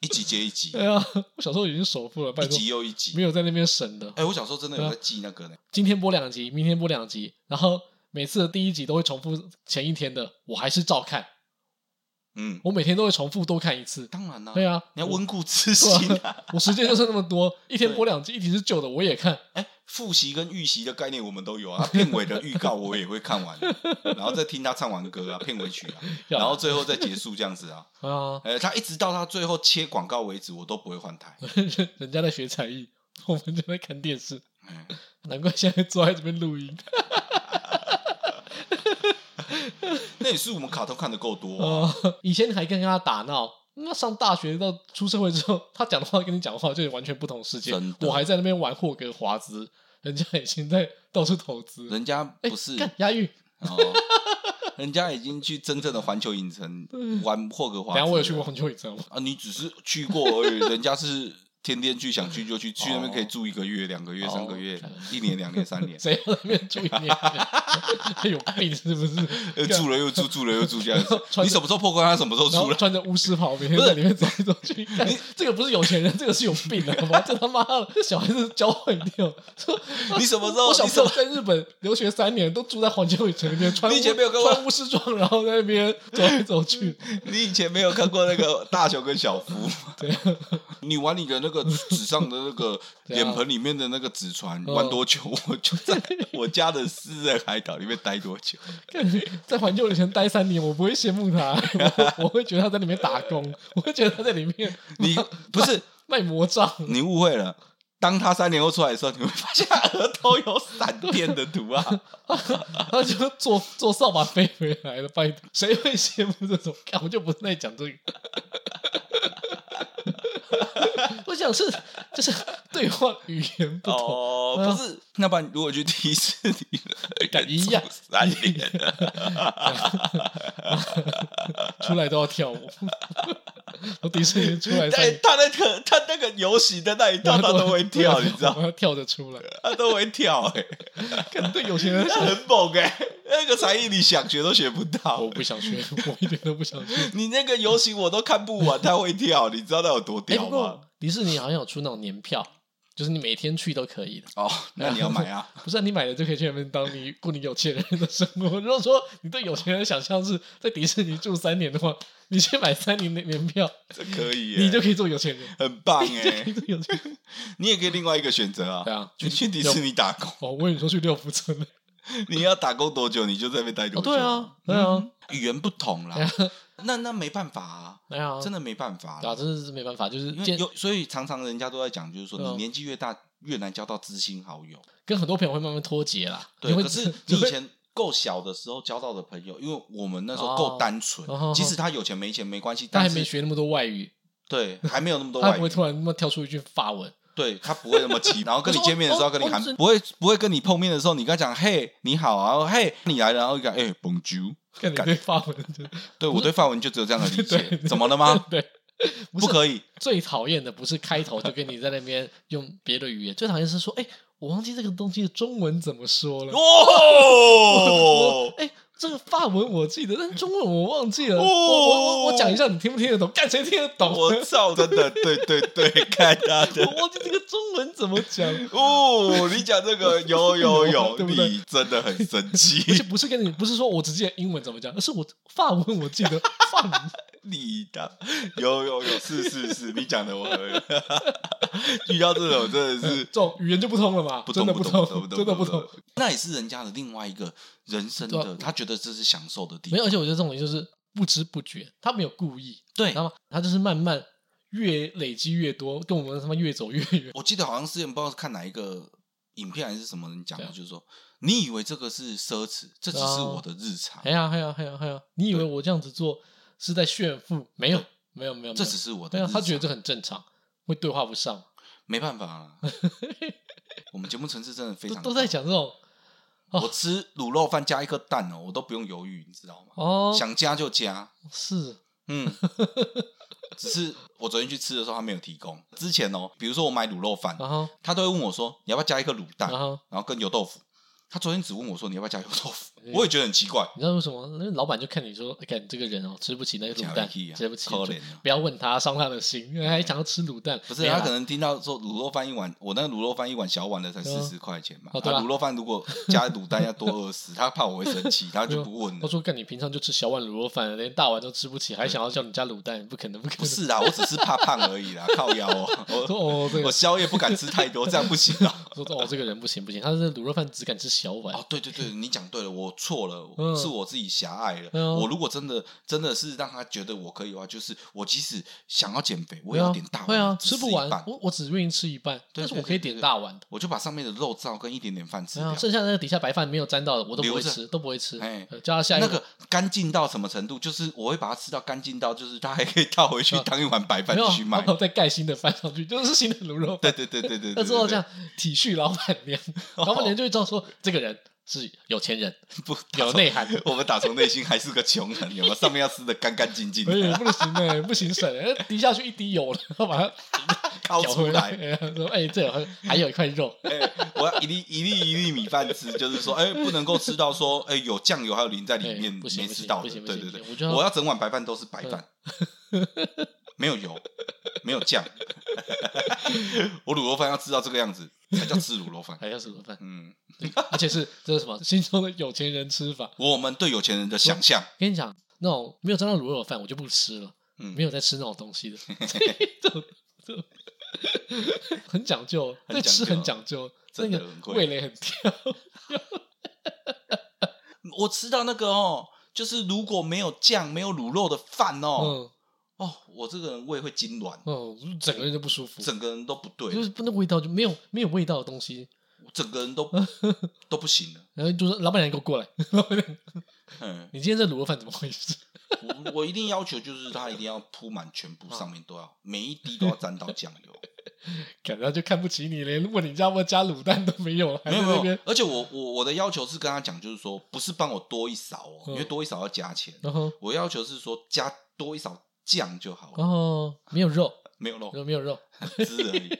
B: 一集一集接 一集，
A: 对啊，我小时候已经首富了，拜
B: 一
A: 托
B: 集，又一
A: 没
B: 集。
A: 有在嗯那边省的。
B: 哎，我小时候真的有在记那个呢，
A: 今天播两集，明天播两集，然后每次的第一集都会重复前一天的，我还是照看，
B: 嗯，
A: 我每天都会重复多看一次。
B: 当然啦，
A: 对啊，
B: 你要
A: 我
B: 温故知新 啊。
A: 我时间就是那么多，一天
B: 对
A: 播两集，一集是旧的我也看，
B: 哎，复习跟预习的概念我们都有啊，片尾的预告我也会看完，然后再听他唱完歌啊，片 尾曲啊，然后最后再结束这样子啊。
A: 啊，
B: 呃，他一直到他最后切广告为止，我都不会换台。
A: 人家在学才艺，我们就在看电视，
B: 嗯
A: 难怪现在坐在这边录音
B: 那也是我们卡通看的够多啊、
A: 啊。以前还跟他打闹，那上大学到出社会之后，他讲的话跟你讲的话就是完全不同世界
B: 真。的
A: 我还在那边玩霍格华兹，人家已经在到处投资，
B: 人家
A: 哎
B: 不是、
A: 干押韵。
B: 哦，人家已经去真正的环球影城玩霍格华
A: 嗯等一
B: 兹了。
A: 下我有去过环球影城吗？
B: 啊，你只是去过而已，人家是天天去，想去就去，去那边可以住一个月、两个月、
A: 哦
B: 三个月、一年、两年、三年，
A: 谁要在那边住一年？ 有病是 不是？
B: 呃，住了又住，住了又住这样子
A: 。穿着
B: 你什么时候破关，他什么时候
A: 然
B: 出
A: 后
B: 来？
A: 穿着巫师袍，每天在里面走来走去。干这个不是有钱人，这个是有病的，好吗？这他妈的，这小孩子教坏 掉。说
B: 你什么时候
A: 我小
B: 你
A: 时候
B: 什
A: 在日本留学三年，都住在环球影城里面，穿
B: 你以前
A: 巫
B: 没有跟我
A: 穿巫师装，然后在那边走来走去。
B: 你以前没有看过那个大雄跟小夫吗？
A: 对，
B: 你玩你的那个纸上的那个
A: 对啊
B: 脸盆里面的那个纸船，
A: 嗯
B: 玩多久？我就 在我家的私人海岛里面待多久？
A: 干在环球影城待三年，我不会羡慕他， 我我会觉得他在里面打工，我会觉得他在里面
B: 你不是
A: 卖魔杖。
B: 你误会了。当他三年后出来的时候，你会发现他额头有闪电的 图啊！
A: 他就坐坐扫把飞回来了，拜托，谁会羡慕这种？看我就不是在讲这个。 我想是就是对话语言不同，
B: 哦，
A: 嗯
B: 不是，那不然如果去迪士尼了，
A: 敢一样
B: 中 三年，
A: 出来都要跳舞。从迪士尼出来
B: 但
A: 才
B: 他那个他那个游行的那一段，他都会 哎跳，你知道，
A: 啊
B: 啊
A: 我要跳着出来，
B: 他都会跳、欸，
A: 看对有钱人想，
B: 很猛哎、那个才艺你想学都学不到
A: 我。不想学，我一点都不想学。
B: 你那个游行我都看不完，他会跳， 你知道他有多
A: 哎、
B: 屌
A: 不
B: 吗？
A: 过迪士尼好像有出那种年票，就是你每天去都可以的。
B: 哦，那你要买 啊！
A: 不是、啊、你买了就可以去那边当你过你有钱人的生活。如果说你对有钱人的想象是在迪士尼住三年的话，你去买三年的年 票，
B: 这可以、欸，
A: 你就可以做有钱 人，
B: 很棒
A: 你
B: 哎、
A: 就可以做有钱人。
B: 你也可以另外一个选择啊，
A: 对啊
B: 你去迪士尼打 工，
A: 哦，我跟你说去六福村了。
B: 你要打工多久，你就在那边待多
A: 哦，
B: 久。
A: 对啊，对啊，
B: 嗯，语言不同
A: 对
B: 啦，
A: 啊，
B: 那那没办法啊，
A: 对啊，
B: 真的没办法
A: 对啊，
B: 啦。
A: 真的是没办法，就是
B: 因为
A: 见
B: 有，所以常常人家都在讲，就是说
A: 对啊
B: 你年纪越大，越难交到知心好友。
A: 跟很多朋友会慢慢脱节啦。
B: 对，
A: 你会
B: 可是你
A: 你
B: 以
A: 会
B: 前够小的时候交到的朋友，因为我们那时
A: 哦
B: 候够单纯
A: 哦哦哦，
B: 即使他有钱没钱没关系，
A: 他还
B: 但
A: 没
B: 是
A: 学那么多外语，
B: 对还没有那么 多
A: 他
B: 外
A: 不会
B: 语，
A: 突然那么跳出一句法文。
B: 对他不会那么 急。然后跟你见面的时候
A: 我说
B: 跟你
A: 哦
B: 喊
A: 哦是，
B: 不会不会跟你碰面的时候，你跟他讲嘿你好啊，然后嘿你来了，然后讲哎 Bonjour。
A: 看你
B: 干
A: 对法文的，
B: 对我对范文就只有这样的理解
A: 对，
B: 怎么了吗？？
A: 对，不是
B: 不 可以，
A: 最讨厌的不是开头就跟你在那边用别的语言，最讨厌是说，哎、我忘记这个东西的中文怎么说 了。
B: 哦
A: 我，哎、这个法文我记得，但中文我忘记了。
B: 哦
A: 我我我我讲一下，你听不听得懂？干谁听得懂？我
B: 我操，真的，对对对， 看他的。
A: 忘记这个中文怎么讲， 而
B: 哦，你讲 这个有有有，
A: 对不对
B: 你真的很生
A: 且
B: 气，
A: 不是跟你不是说我只记得英文怎么讲，而是我法文我记得 法文。
B: 你的有有有，是是是，你讲的我合理 遇到这种真的是
A: 这种语言就不通了嘛，嗯
B: 不
A: 真
B: 懂
A: 的
B: 不
A: 通，
B: 懂
A: 真的
B: 不
A: 通。。
B: 那也是人家的另外一个人生
A: 对
B: 的
A: 啊，
B: 他觉得这是享受的地
A: 没有，
B: 方
A: 而。且我觉得这种就是不知不觉，他没有故意，
B: 对
A: 你知，道吗？他就是慢慢越累积越多，跟我们他妈越走越远。
B: 我记得好像之前不知道是看哪一个影片还是什么人讲的，
A: 对啊
B: 就是说你以为这个是奢侈，这只是我的日常
A: 哎，呀，哎呀，哎呀，哎呀！你以为我这样子做是在炫富？没有，没有，没有，
B: 这
A: 没有
B: 只是我的
A: 对
B: 日
A: 啊，
B: 常。
A: 他觉得这很正常，会对话不上，
B: 没办法 啦，我们节目层次真的非
A: 都
B: 常
A: 都在
B: 高
A: 讲这种哦
B: 我吃卤肉饭加一颗蛋哦，我都不用犹豫，你知道吗？
A: 哦，
B: 想加就加，
A: 是
B: 嗯。只是我昨天去吃的时候，他没有提供。之前哦，比如说我买卤肉饭，
A: 然后
B: 他都会问我说你要不要加一颗卤蛋，
A: 然
B: 然
A: 后
B: 后跟油豆腐。他昨天只问我说你要不要加油豆腐
A: 嗯，
B: 我也觉得很奇怪。
A: 你知道为什么？那老板就看你说，哎看你这个人哦，吃不起那个卤蛋，
B: 吃不起啊
A: 吃不起，
B: 可
A: 就
B: 怜啊
A: 不要问他，伤他的心，因为还想要吃卤蛋，
B: 不是
A: 没有啊
B: 他
A: 啦
B: 可能听到说卤肉饭一碗，我那个卤肉饭一碗小碗的才
A: 对啊
B: 四十块钱嘛。
A: 哦对啊
B: 啊卤肉饭如果加卤蛋要多二十，他怕我会生气，他就不问
A: 他
B: 了。
A: 说：“干，你平常就吃小碗卤肉饭，连大碗都吃不起，还想要叫你家卤蛋，不可能，不可能。”
B: 不是啊啦，我只是怕胖而已啦，靠腰哦。
A: 说
B: 我
A: 哦，对，
B: 我
A: 说
B: 宵夜不敢吃太多，这样不行啊。
A: 哦，这个人不行不行，他是卤肉饭只敢吃小碗，
B: 哦，对对对，你讲对了，我错了，
A: 嗯
B: 是我自己狭隘
A: 对啊
B: 了。我如果真的真的是让他觉得我可以的话，就是我即使想要减肥，我
A: 会
B: 也
A: 啊
B: 要点大碗，
A: 会啊，
B: 只
A: 吃不
B: 一
A: 完
B: 半，
A: 我我只愿意吃一半，但是我可以点大碗的，
B: 我就把上面的肉燥跟一点点饭吃
A: 对啊
B: 掉，。
A: 剩下那个底下白饭没有沾到的，我都不会
B: 留着
A: 吃，都不会吃
B: 哎，
A: 呃叫他下一
B: 那个干净到什么程度？就是我会把它吃到干净到，就是它还可以倒回去
A: 啊
B: 当一碗白饭
A: 没有
B: 继 续卖
A: 然。后再盖新的饭上去，就是新的卤肉
B: 对
A: 饭。
B: 对对对对，
A: 那
B: 对
A: 之后
B: 对
A: 这样体恤老板娘，
B: 哦
A: 老板娘就会知道说这个人是有钱 人，
B: 不
A: 有内涵。
B: 我们打从内心还是个穷人，有没有？上面要吃的干干净净
A: 哎
B: 的，
A: 呀，不行哎，不行省哎，滴下去一滴油了， 然后把它
B: 掏
A: 搅
B: 出
A: 回
B: 来。
A: 哎呀说哎，这有还有一块肉，
B: 哎、我要一粒一粒一粒米饭吃，就是说，哎、不能够吃到说，哎、有酱油还有淋在里面、
A: 哎不行
B: 没
A: 不
B: 吃
A: 行
B: 到
A: 不
B: 的。
A: 行不
B: 对
A: 行
B: 对
A: 不
B: 对
A: 行，我觉得
B: 我要整碗白饭都是白饭，没有油，没有酱。 我卤肉饭要吃到这个样子，才叫吃卤肉饭。
A: 还要卤肉饭，
B: 嗯，
A: 而且是这是什么心中的有钱人吃法。
B: 我们对有钱人的想象，
A: 跟你讲，那种没有沾到卤肉饭，我就不吃了。
B: 嗯
A: 没有在吃那种东 西的，这种这种很讲究，
B: 很
A: 对吃
B: 讲究啊
A: 很讲究，那
B: 真的
A: 个
B: 很贵
A: 味蕾很挑。
B: 我吃到那个哦，就是如果没有酱、没有卤肉的饭哦，
A: 嗯
B: 哦，我这个人胃会痉挛，
A: 嗯，整个人就不舒服，
B: 整个人都不对，
A: 就是不那味道就没有没有味道的东西。
B: 整个人 都都不行了。
A: 然后就说老板娘给我过来，老板娘，
B: 嗯，
A: 你今天这卤肉饭怎么回事？
B: 我我一定要求就是它一定要铺满全
A: 嗯
B: 部，上面都要每一滴都要沾到酱 油。
A: 感觉就看不起你，连问你家不加卤蛋都没有，还在
B: 没有
A: 那
B: 没有
A: 边。，
B: 而且我我我的要求是跟他讲，就是说不是帮我多一勺哦，
A: 嗯
B: 因为多一勺要加钱。
A: 然后
B: 我要求是说加多一勺酱就好
A: 然
B: 了，
A: 后没有肉，
B: 没有肉
A: 没有没有肉，
B: 汁而 已，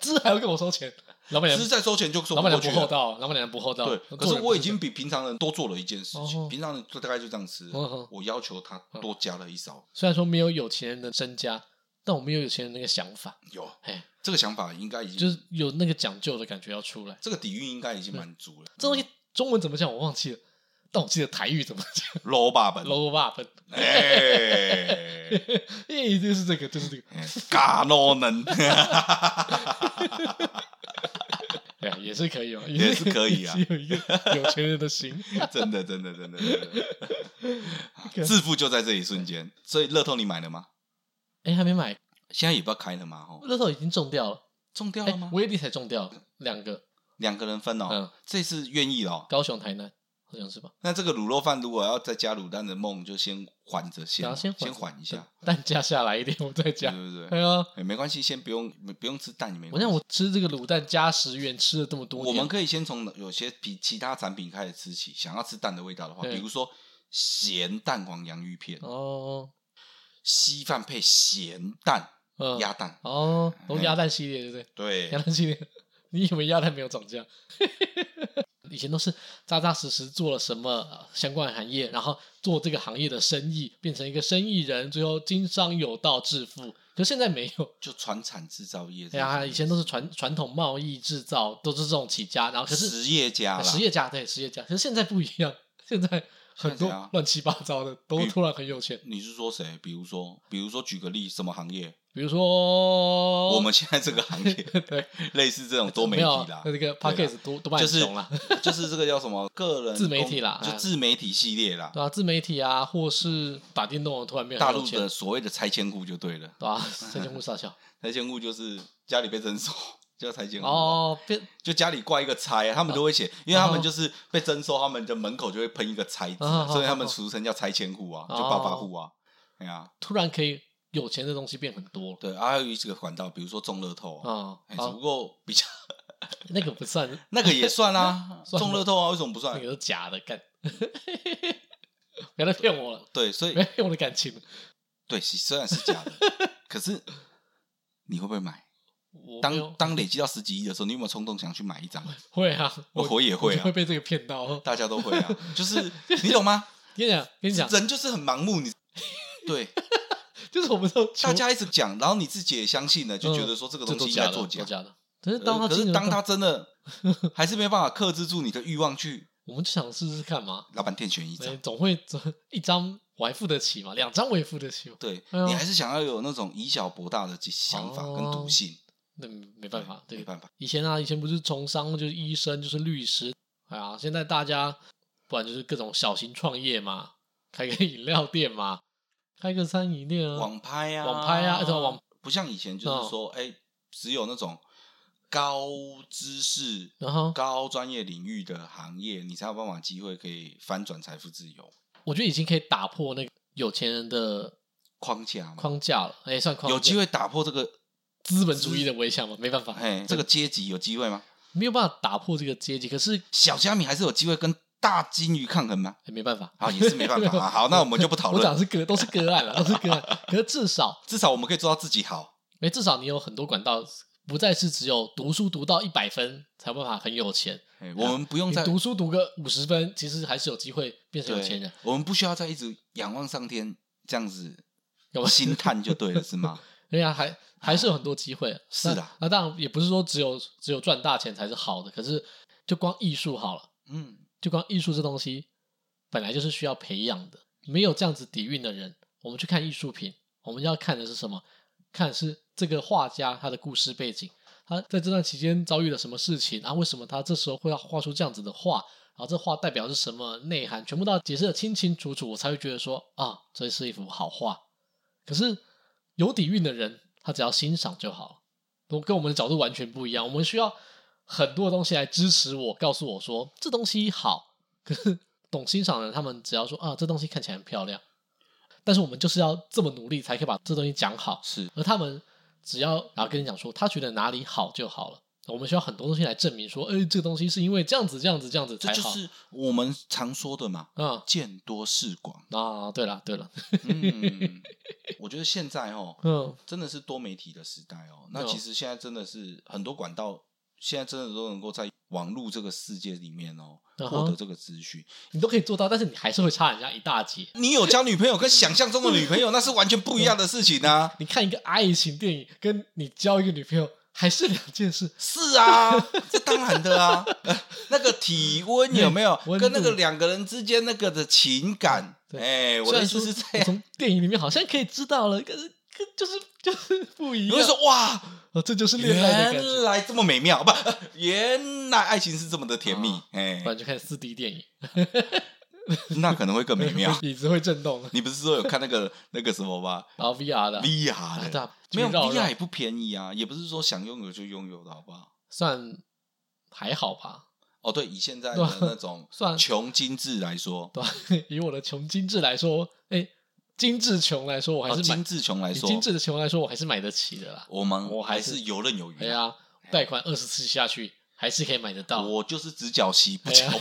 A: 这还要跟我收钱，老板
B: 汁
A: 娘，
B: 再收钱就收
A: 老板
B: 过
A: 娘
B: 去
A: 不厚
B: 了。
A: 道，老板娘不厚道。
B: 对，可
A: 做
B: 是
A: 人
B: 我
A: 不
B: 已
A: 这
B: 经
A: 样
B: 比平常人多做了一件事
A: 哦
B: 情，平常人就大概就这样吃
A: 嗯嗯。
B: 我要求他多加了一勺，
A: 虽然说没有有钱人的身家，但我们有有钱人那个想法，
B: 有
A: 哎，
B: 这个想法应该已经
A: 就是有那个讲究的感觉要出来。
B: 这个底蕴应该已经满足了。
A: 这东西中文怎么讲我忘记了，但我记得台语怎么 讲
B: low 吧本，
A: ，low up，
B: 哎。
A: 哎，就是这个，就是这个，
B: 嘎诺能
A: 哎，也是可以哦，
B: 也是可以啊
A: 也是有一个有钱人的心，
B: 真的真的真的，真 的致富就在这一瞬间。所以乐透你买了吗？
A: 哎，还没买，
B: 现在也不要开了嘛，吼，
A: 乐透已经中掉了，
B: 中掉了
A: 哎
B: 吗，？
A: 威力才中掉了两个，
B: 两个人分哦
A: 嗯，
B: 这次愿意了哦。
A: 高雄、台南，好像是吧？
B: 那这个卤肉饭如果要再加卤蛋的梦，就先缓着
A: 然
B: 先
A: 后先
B: 先缓一下，，
A: 蛋价下来一点，我再
B: 对
A: 加。
B: 不
A: 哎
B: 对？
A: 呀，
B: 哎，没关系，先不用不用吃蛋，也没
A: 我
B: 关系。
A: 想我吃这个卤蛋加十元，吃了这么多年，
B: 我们可以先从有些比其他产品开始吃起，想要吃蛋的味道的话，
A: 对
B: 比如说咸蛋黄洋芋片，
A: 哦，
B: 稀饭配咸蛋
A: 嗯，
B: 鸭蛋，
A: 哦，都是鸭蛋系列，对不对？
B: 对
A: 鸭，蛋系列，你以为鸭蛋没有涨价？ 以前都是扎扎实实做了什么呃相关行业，然后做这个行业的生意，变成一个生意人，最后经商有道致富。可现在没有，
B: 就传产制造业这
A: 哎
B: 种，
A: 呀，以前都是传传统贸易制造，都是这种起家，然后可是
B: 实业家啦，
A: 实业家对实业家，可是现在不一样，现在很
B: 现在
A: 多
B: 啊
A: 乱七八糟的都
B: 比
A: 突然很有钱，
B: 你是说谁？比如说，比如说，举个例，什么行业？
A: 比如说
B: 我们现在这个行业，
A: 对
B: 类似这种多
A: 哦
B: 媒
A: 没有
B: 体啦，
A: 那这个 p
B: 对
A: a c k a
B: 啦
A: g e 多多半
B: 就
A: 很
B: 是
A: 穷啦，
B: 就是这个叫什么个人
A: 自媒体
B: 公
A: 啦
B: 就
A: 啊
B: 自媒体系列啦，
A: 对啊，自媒体啊，或是打电动的突然变
B: 大
A: 很有
B: 陆
A: 钱
B: 的所谓的拆迁户就对了，
A: 对啊，三千户傻笑，
B: 拆迁户就是家里被征收，叫拆迁户啊。
A: 哦，变
B: 就家里挂一个拆，啊他们都会写，因为他们就是被征收，他们的门口就会喷一个拆字
A: 哦哦
B: 啊，
A: 哦
B: 所以他们俗称叫拆迁户啊，就暴发户啊。哎呀，
A: 突然可以有钱的东西变很多了
B: 对，啊还有一个管道，比如说中乐透啊，
A: 啊
B: 哎，只
A: 啊
B: 不，过比较
A: 那个不 算，
B: 那个也算啊，
A: 算吗
B: 中乐透啊，为什么不
A: 那
B: 算？
A: 个是假的，干，不要再骗我了，
B: 对，所
A: 不要
B: 以
A: 骗我的感情了。
B: 对，是虽然是 假的，可是你会不会买？
A: 我没有
B: 当当累积到十几亿的时候，你有没有冲动想去买一张？
A: 会啊，
B: 我我也会
A: 我就会
B: 啊，
A: 被这个骗到。
B: 大家都会 啊，就是你懂吗？
A: 跟你讲，跟你讲，
B: 人就是很盲 目，你对。
A: 就是我们都
B: 大家一直讲，然后你自己也相信了，就觉得说这个
A: 嗯这
B: 东
A: 都
B: 西应
A: 假
B: 该
A: 的，
B: 作
A: 都
B: 假。
A: 假的。可是
B: 呃
A: 当他
B: 可
A: 进
B: 是
A: 入
B: 当
A: 到
B: 他 真的还是没办法克制住你的欲望去，
A: 我们就想试试看嘛，
B: 老板店选一
A: 哎
B: 张，
A: 总会总 一张我还付得起嘛，两张我也付得起嘛，
B: 对
A: 哎呦
B: 你还是想要有那种以小博大的想法跟赌性，
A: 那没办法，
B: 对
A: 对
B: 没，办法。
A: 以前啊，以前不是从商就是医生就是律师，哎呀，现在大家不然就是各种小型创业嘛，开个饮料店嘛，开个餐饮店啊，
B: 网拍啊，
A: 网拍啊，这种网，嗯
B: 不像以前就是说，哎，只有那种高知识、
A: 然后
B: 高专业领域的行业，你才有办法机会可以翻转财富自由
A: 我觉得已经可以打破那个有钱人的
B: 框架嘛。
A: 框架了，哎，算框架，
B: 有机会打破这个，
A: 资本主义的围墙嘛，没办法，
B: 哎，这个阶级有机会吗？
A: 没有办法打破这个阶级，可是
B: 小虾米还是有机会跟大金鱼抗衡吗？
A: 也没办法，
B: 啊，也是没办 法啊。好，那我们就不讨
A: 我讲
B: 论。
A: 是个都是个案了，都是个案。可是至少，
B: 至少我们可以做到自己好。
A: 哎，至少你有很多管道，不再是只有读书读到一百分才有办法很有钱。
B: 哎我们不用
A: 你
B: 再
A: 读书读个五十分，其实还是有机会变成有钱人
B: 对。，我们不需要再一直仰望上天这样子
A: 有吧
B: 心探就对了，是吗？
A: 对呀，还还是有很多机会。
B: 是
A: 的
B: 的，
A: 那当然也不是说只有只有赚大钱才是好的，可是就光艺术好了，
B: 嗯，
A: 就光艺术这东西本来就是需要培养的，没有这样子底蕴的人，我们去看艺术品，我们要看的是什么？看的是这个画家他的故事背景，他在这段期间遭遇了什么事情啊？为什么他这时候会要画出这样子的画？然后这画代表是什么内涵？全部都要解释的清清楚楚，我才会觉得说啊，这是一幅好画。可是有底蕴的人，他只要欣赏就好了。我跟我们的角度完全不一样，我们需要很多东西来支持我，告诉我说这东西好。可是懂欣赏的人，他们只要说啊，这东西看起来很漂亮，但是我们就是要这么努力，才可以把这东西讲好。
B: 是
A: 而他们只要然后跟你讲说，他觉得哪里好就好了。我们需要很多东西来证明说，哎、这个东西是因为这样子、这样子、这样子
B: 这
A: 才
B: 就
A: 好。
B: 是我们常说的嘛，
A: 嗯
B: 见多识广。
A: 啊，对了对了，
B: 嗯，我觉得现在哦，
A: 嗯，
B: 真的是多媒体的时代哦。那
A: 对哦
B: 其实现在真的是很多管道，现在真的都能够在网络这个世界里面哦，
A: 嗯
B: 获
A: 哼
B: 得这个资讯。
A: 你都可以做到，但是你还是会差人家一大截。
B: 你有交女朋友跟想象中的 女朋友，那是完全不一样的事情啊！
A: 你看一个爱情电影，跟你交一个女朋友还是两件事。
B: 是 啊，这当然的啊。 呃那个体温有没有
A: 温度
B: 跟那个两个人之间那个的情感？
A: 对
B: 哎，我
A: 虽
B: 的
A: 然
B: 意
A: 说
B: 思是这
A: 我
B: 样。
A: 从电影里面好像可以知道了，可是可就是就是不一
B: 你
A: 样。
B: 会说哇，
A: 哦，这就是 恋爱的感
B: 原
A: 觉。
B: 来这么美妙，不， 呃原来爱情是这么的甜蜜
A: 啊，
B: 哎
A: 不，然就看四 D 电影，
B: 那可能会更美妙
A: 。椅子会震动，
B: 你不是说有看那个那个什 么吗
A: 然后 VR 的啊
B: ？VR
A: 对
B: 的
A: 啊
B: 没有
A: 去绕绕
B: VR 也不便宜啊，也不是说想拥有就拥有的好不好？
A: 算还好吧，
B: 哦，对，以现 在
A: 对啊
B: 的那种
A: 算
B: 穷精致来说，
A: 对吧？ 以我的穷精致来说，哎，精致穷来说，我还
B: 哦
A: 是买
B: 精致穷来
A: 以
B: 说，
A: 精致的穷来说，我还是买得起的啦。
B: 我们
A: 我还
B: 还
A: 是
B: 是游刃有余
A: 哎
B: 啊。
A: 呀，贷款二十次下去还是可以买得到，
B: 我就是只缴息不
A: 哎
B: 缴
A: 呀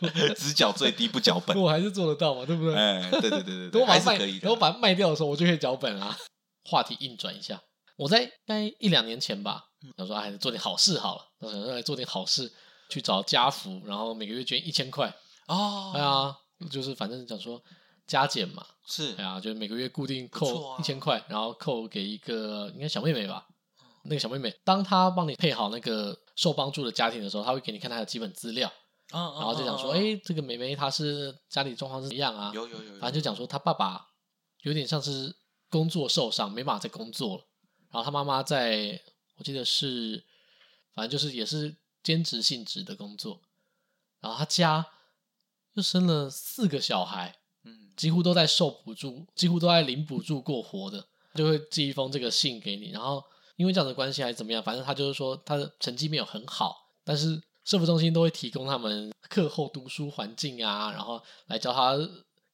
B: 本，只缴最低不缴本。
A: 我还是做得到嘛，对不对？
B: 哎，对对对对
A: 等
B: 对，
A: 我把
B: 还
A: 它
B: 是
A: 卖，
B: 可以
A: 等我
B: 的。
A: 把它卖掉的时候，我就可以脚本啦。话题硬转一下，我在该一两年前吧，
B: 嗯
A: 想说哎，做点好事好了，我想说哎来做点好事，去找家福，然后每个月捐一千块，哎
B: 哦，
A: 呀，就是反正想说加减嘛，
B: 是
A: 哎呀，就是每个月固定
B: 不错
A: 扣
B: 啊
A: 一千块，然后扣给一个应该小妹妹吧，那个小妹妹，当她帮你配好那个受帮助的家庭的时候，她会给你看她的基本资料，
B: 然
A: 然后就
B: 嗯
A: 讲说，哎，这个妹妹她是家里状况是怎么样啊？
B: 哦有有有，有
A: 反正就讲说他爸爸有点像是工作受伤，没办法再工作了。然后他妈妈在，我记得是，反正就是也是兼职性质的工作。然后他家又生了四个小孩，
B: 嗯，
A: 几乎都在受补助，几乎都在领补助过活的，就会寄一封这个信给你，然后因为这样的关系还是怎么样，反正他就是说他的成绩没有很好，但是社福中心都会提供他们课后读书环境啊，然后来教他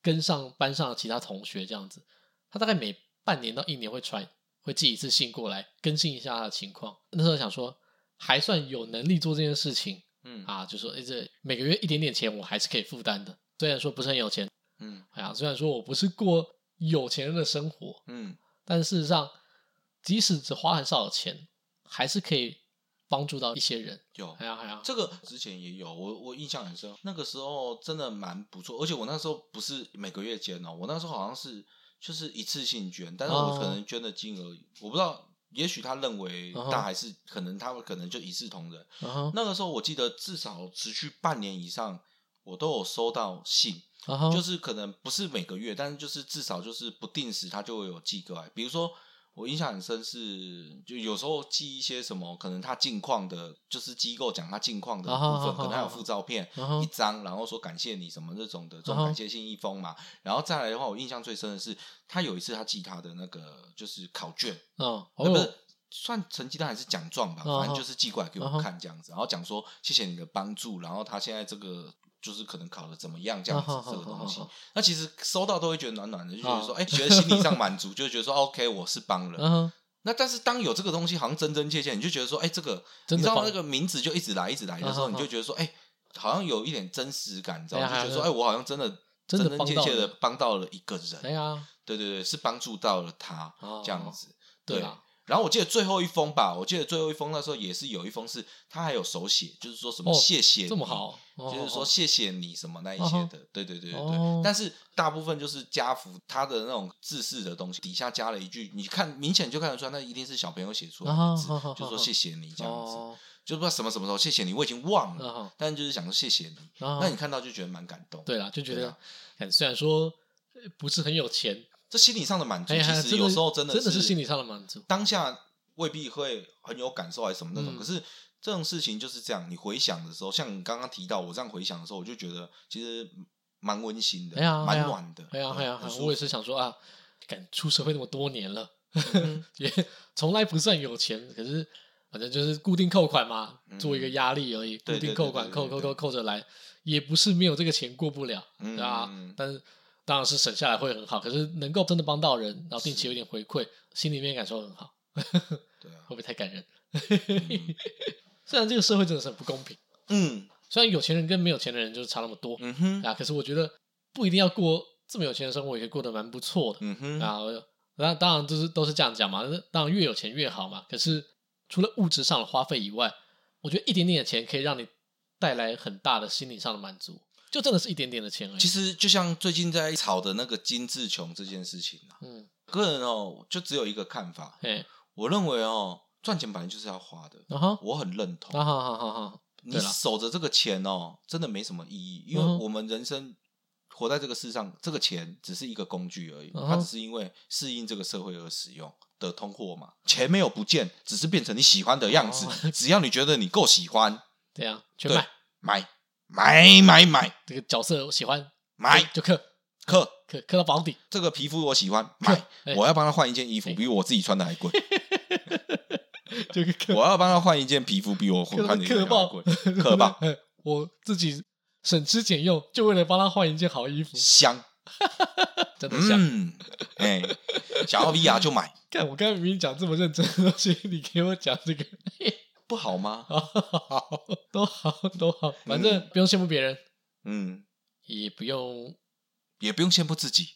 A: 跟上班上的其他同学这样子。他大概每半年到一年会传会寄一次信过来，更新一下他的情况。那时候想说，还算有能力做这件事情
B: 嗯
A: 啊，就说哎、这每个月一点点钱我还是可以负担的，虽然说不是很有钱，
B: 嗯
A: 哎呀，虽然说我不是过有钱人的生活，
B: 嗯
A: 但事实上，即使只花很少的钱，还是可以帮助到一些人。哎
B: 有
A: 还。有还有，
B: 这个之前也有，我我印象很深，那个时候真的蛮不错，而且我那时候不是每个月捐哦，我那时候好像是就是一次性捐，但是我
A: 哦
B: 可能捐的金额、我不知道，也许他认为
A: 嗯哼
B: 大还是、可能他们可能就一视同仁。
A: 然后
B: 那个时候我记得至少持续半年以上，我都有收到信，
A: 然后
B: 就是可能不是每个月，但是就是至少就是不定时，他就会有寄过来。比如说我印象很深是，就有时候寄一些什么，可能他近况的，就是机构讲他近况的
A: 啊哈
B: 部
A: 哈
B: 分，可能
A: 哈
B: 他有
A: 哈
B: 附照片
A: 啊哈
B: 一张，然后说感谢你什么那种的，这
A: 啊
B: 种
A: 哈
B: 感谢信一封嘛。然后再来的话，我印象最深的是，他有一次他寄他的那个就是考卷，
A: 嗯，
B: 呃不
A: 哦
B: 是算成绩单还是奖状吧，
A: 嗯
B: 反正
A: 哼
B: 就是寄过来给
A: 嗯哼
B: 我看这样子，然后讲说谢谢你的帮助，然后他现在这个就是可能考的怎么样这样子
A: 嗯哼
B: 这个东西
A: 嗯哼嗯哼，
B: 那其实收到都会觉得暖暖的，就觉得说
A: 嗯
B: 哎，觉得心理上满足，就觉得说 OK 我是帮了。
A: 然后
B: 那但是当有这个东西好像真真切切，你就觉得说哎这个，
A: 真的
B: 你知道
A: 帮
B: 那个名字就一直来一直来的时
A: 嗯
B: 候，
A: 哼
B: 你就觉得说哎好像有一点真实感，你知道吗？
A: 哎呀
B: 就觉得说
A: 还
B: 哎
A: 有
B: 我好像真的
A: 真的
B: 真真
A: 帮
B: 切
A: 到
B: 切的
A: 了
B: 帮到了一个
A: 哎
B: 人，
A: 呀，
B: 对对对，是帮助到了他
A: 哦
B: 这样子。
A: 对
B: 对
A: 啦，
B: 然后我记得最后一封吧，我记得最后一封那时候也是有一封是他还有手写，就是说什么
A: 哦
B: 谢谢、
A: 这么，好，哦
B: 就是说
A: 哦嗯
B: 谢谢你什么那一些的，对对对对对。
A: 哦
B: 但是大部分就是家福他的那种字式的东西，底下加了一句，你看明显就看得出来，那一定是小朋友写出来的字，
A: 啊哈哈哈
B: 就是说谢谢你这样子，
A: 哦，啊嗯
B: 就不知道什么什么时候谢谢你，我已经忘了，
A: 然后
B: 但就是想说谢谢你。
A: 然
B: 那
A: 后
B: 你看到就觉得蛮感动，
A: 啊嗯对啦，就觉
B: 对
A: 得
B: 啊，
A: 看虽然说呃不是很有钱，
B: 这心理上的满足，
A: 哎
B: 其
A: 呀，
B: 实有时候
A: 真
B: 的
A: 真的是心理上的满足。
B: 当下未必会很有感受还是什么那种，
A: 嗯
B: 可是这种事情就是这样，你回想的时候，像你刚刚提到，我这样回想的时候，我就觉得其实蛮温馨的，
A: 哎呀哎
B: 蛮
A: 呀
B: 暖的，
A: 哎呀哎
B: 对
A: 呀，
B: 嗯很舒服嗯
A: 我也是想说啊，敢出社会那么多年了， 也从来不算有钱，可是反正就是固定扣款嘛，
B: 嗯
A: 做一个压力而已，
B: 对
A: 固定扣款
B: 对
A: 扣
B: 对对
A: 扣
B: 对
A: 扣扣着来，也不是没有这个钱过不了，
B: 嗯
A: 对啊
B: 嗯，
A: 但是当然是省下来会很好，可是能够真的帮到人，然后并且有点回馈，心里面感受很好，
B: 对啊
A: 会，不会太感人？
B: 嗯
A: 虽然这个社会真的是很不公平，
B: 嗯
A: 虽然有钱人跟没有钱的人就是差那么多、
B: 嗯哼
A: 啊，可是我觉得不一定要过这么有钱的生活，也可以过得蛮不错的。
B: 嗯哼，
A: 啊，我那当然就是都是这样讲嘛，当然越有钱越好嘛。可是除了物质上的花费以外，我觉得一点点的钱可以让你带来很大的心理上的满足，就真的是一点点的钱而已。
B: 其实就像最近在吵的那个金志琼这件事情啊，
A: 嗯，
B: 个人哦就只有一个看法，
A: 哎，
B: 我认为哦赚钱本来就是要花的，
A: 然后，
B: 我很认同，
A: 然后，好好好，
B: 你
A: 对啦
B: 守着这个钱哦，真的没什么意义，因为
A: 嗯哼
B: 我们人生活在这个世上，这个钱只是一个工具而已，
A: 嗯哼
B: 它只是因为适应这个社会而使用的通货嘛。钱没有不见，只是变成你喜欢的样子。
A: 哦
B: 只要你觉得你够喜欢，
A: 这样啊全
B: 对
A: 买，
B: 买买买买
A: 这个角色喜欢
B: 买
A: 就氪
B: 克，
A: 氪氪到保底，
B: 这个皮肤我喜欢买，
A: 哎
B: 我要帮他换一件衣服，
A: 哎
B: 比我自己穿的 还贵。
A: 就氪
B: 我要帮他换一件皮肤， 比我
A: 氪
B: 穿的
A: 氪
B: 还
A: 爆哎
B: 贵，氪爆
A: 我自己省吃俭用，就为了帮他换一件好衣服，
B: 香。
A: 真的香。
B: 嗯，哎，想要 VR 就买，
A: 看我刚才明明讲这么认真的东西， 你给我讲这个。
B: 不 好吗？
A: 好好，都好，都好，反正不用羡慕别人，
B: 嗯。
A: 也不用，
B: 也不用羡慕自己，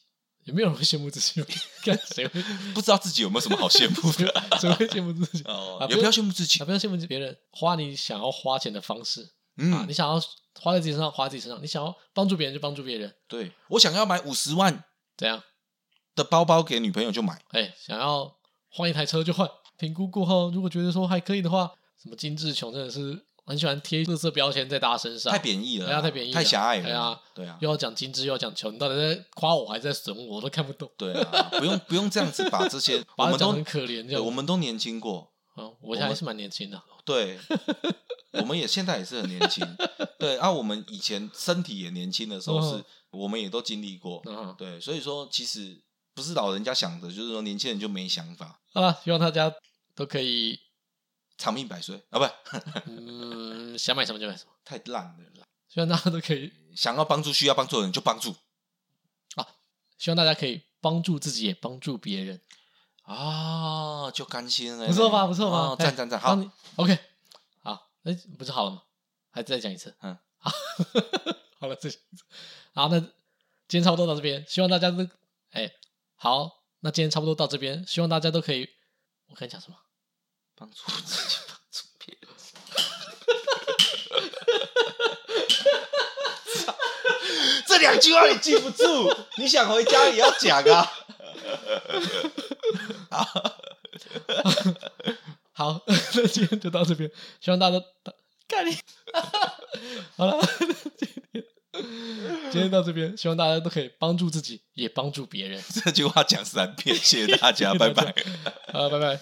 A: 也没有人会羡慕自己吧， 看谁会
B: 不知道自己有没有什么好羡 慕 的。
A: 谁会羡慕自己啊？
B: 哦
A: 啊
B: 也不要羡慕自己。
A: 不用羡慕别人，花你想要花钱的方式、啊，
B: 嗯
A: 你，想要花在自己身上，花在自己身上，你想要帮助别人就帮助别人，
B: 对我想要买五十万
A: 怎样？
B: 的包包给女朋友就买，
A: 哎，想要换一台车就换，评估过后，如果觉得说还可以的话，什么金志琼真的是很喜欢贴垃圾标签在大家身上，
B: 太贬义了
A: 哎
B: 啦，
A: 呀太贬义了
B: 太狭隘
A: 哎
B: 了
A: 呀
B: 啦。对啊，
A: 又要讲金志，又要讲琼，你到底在夸我还是在损我，我都看不懂，
B: 对啊，不用不用这样子把这些，我
A: 把他
B: 们
A: 讲
B: 都
A: 得很可怜这
B: 对
A: 样
B: 我。们都年轻过，
A: 嗯，我现
B: 我
A: 在还
B: 们
A: 是蛮年轻的。
B: 对，我们也现在也是很年轻，对啊，我们以前身体也年轻的时候
A: 嗯
B: 是，我们也都经历过，
A: 嗯，
B: 对，所以说其实不是老人家想的，就是说年轻人就没想法，
A: 好了，希望大家都可以，
B: 长命百岁啊，不，
A: 嗯，想买什么就买什么，
B: 太烂了啦。
A: 希望大家都可以，
B: 想要帮助需要帮助的人就帮助
A: 希望大家可以帮助自己，也帮助别人，
B: 啊，就甘心了。
A: 不错吧？不错吧
B: 哦？赞赞赞，
A: 好
B: 好，
A: ，OK，好，哎，不是好了吗？还再讲一次，
B: 嗯，
A: 好， 好了，这好，那今天差不多到这边，希望大家都，哎，好，那今天差不多到这边，希望大家都可以，我刚才讲什么？
B: 帮助自己，帮助别人。这两句话你记不住，你想回家也要讲 啊。
A: 好， 那今天就到这边，希望大家都干你。 好了， 今天今天到这边，希望大家都可以帮助自己，也帮助别人。
B: 这句话讲三遍，谢谢大家，拜拜。
A: 呃，拜拜。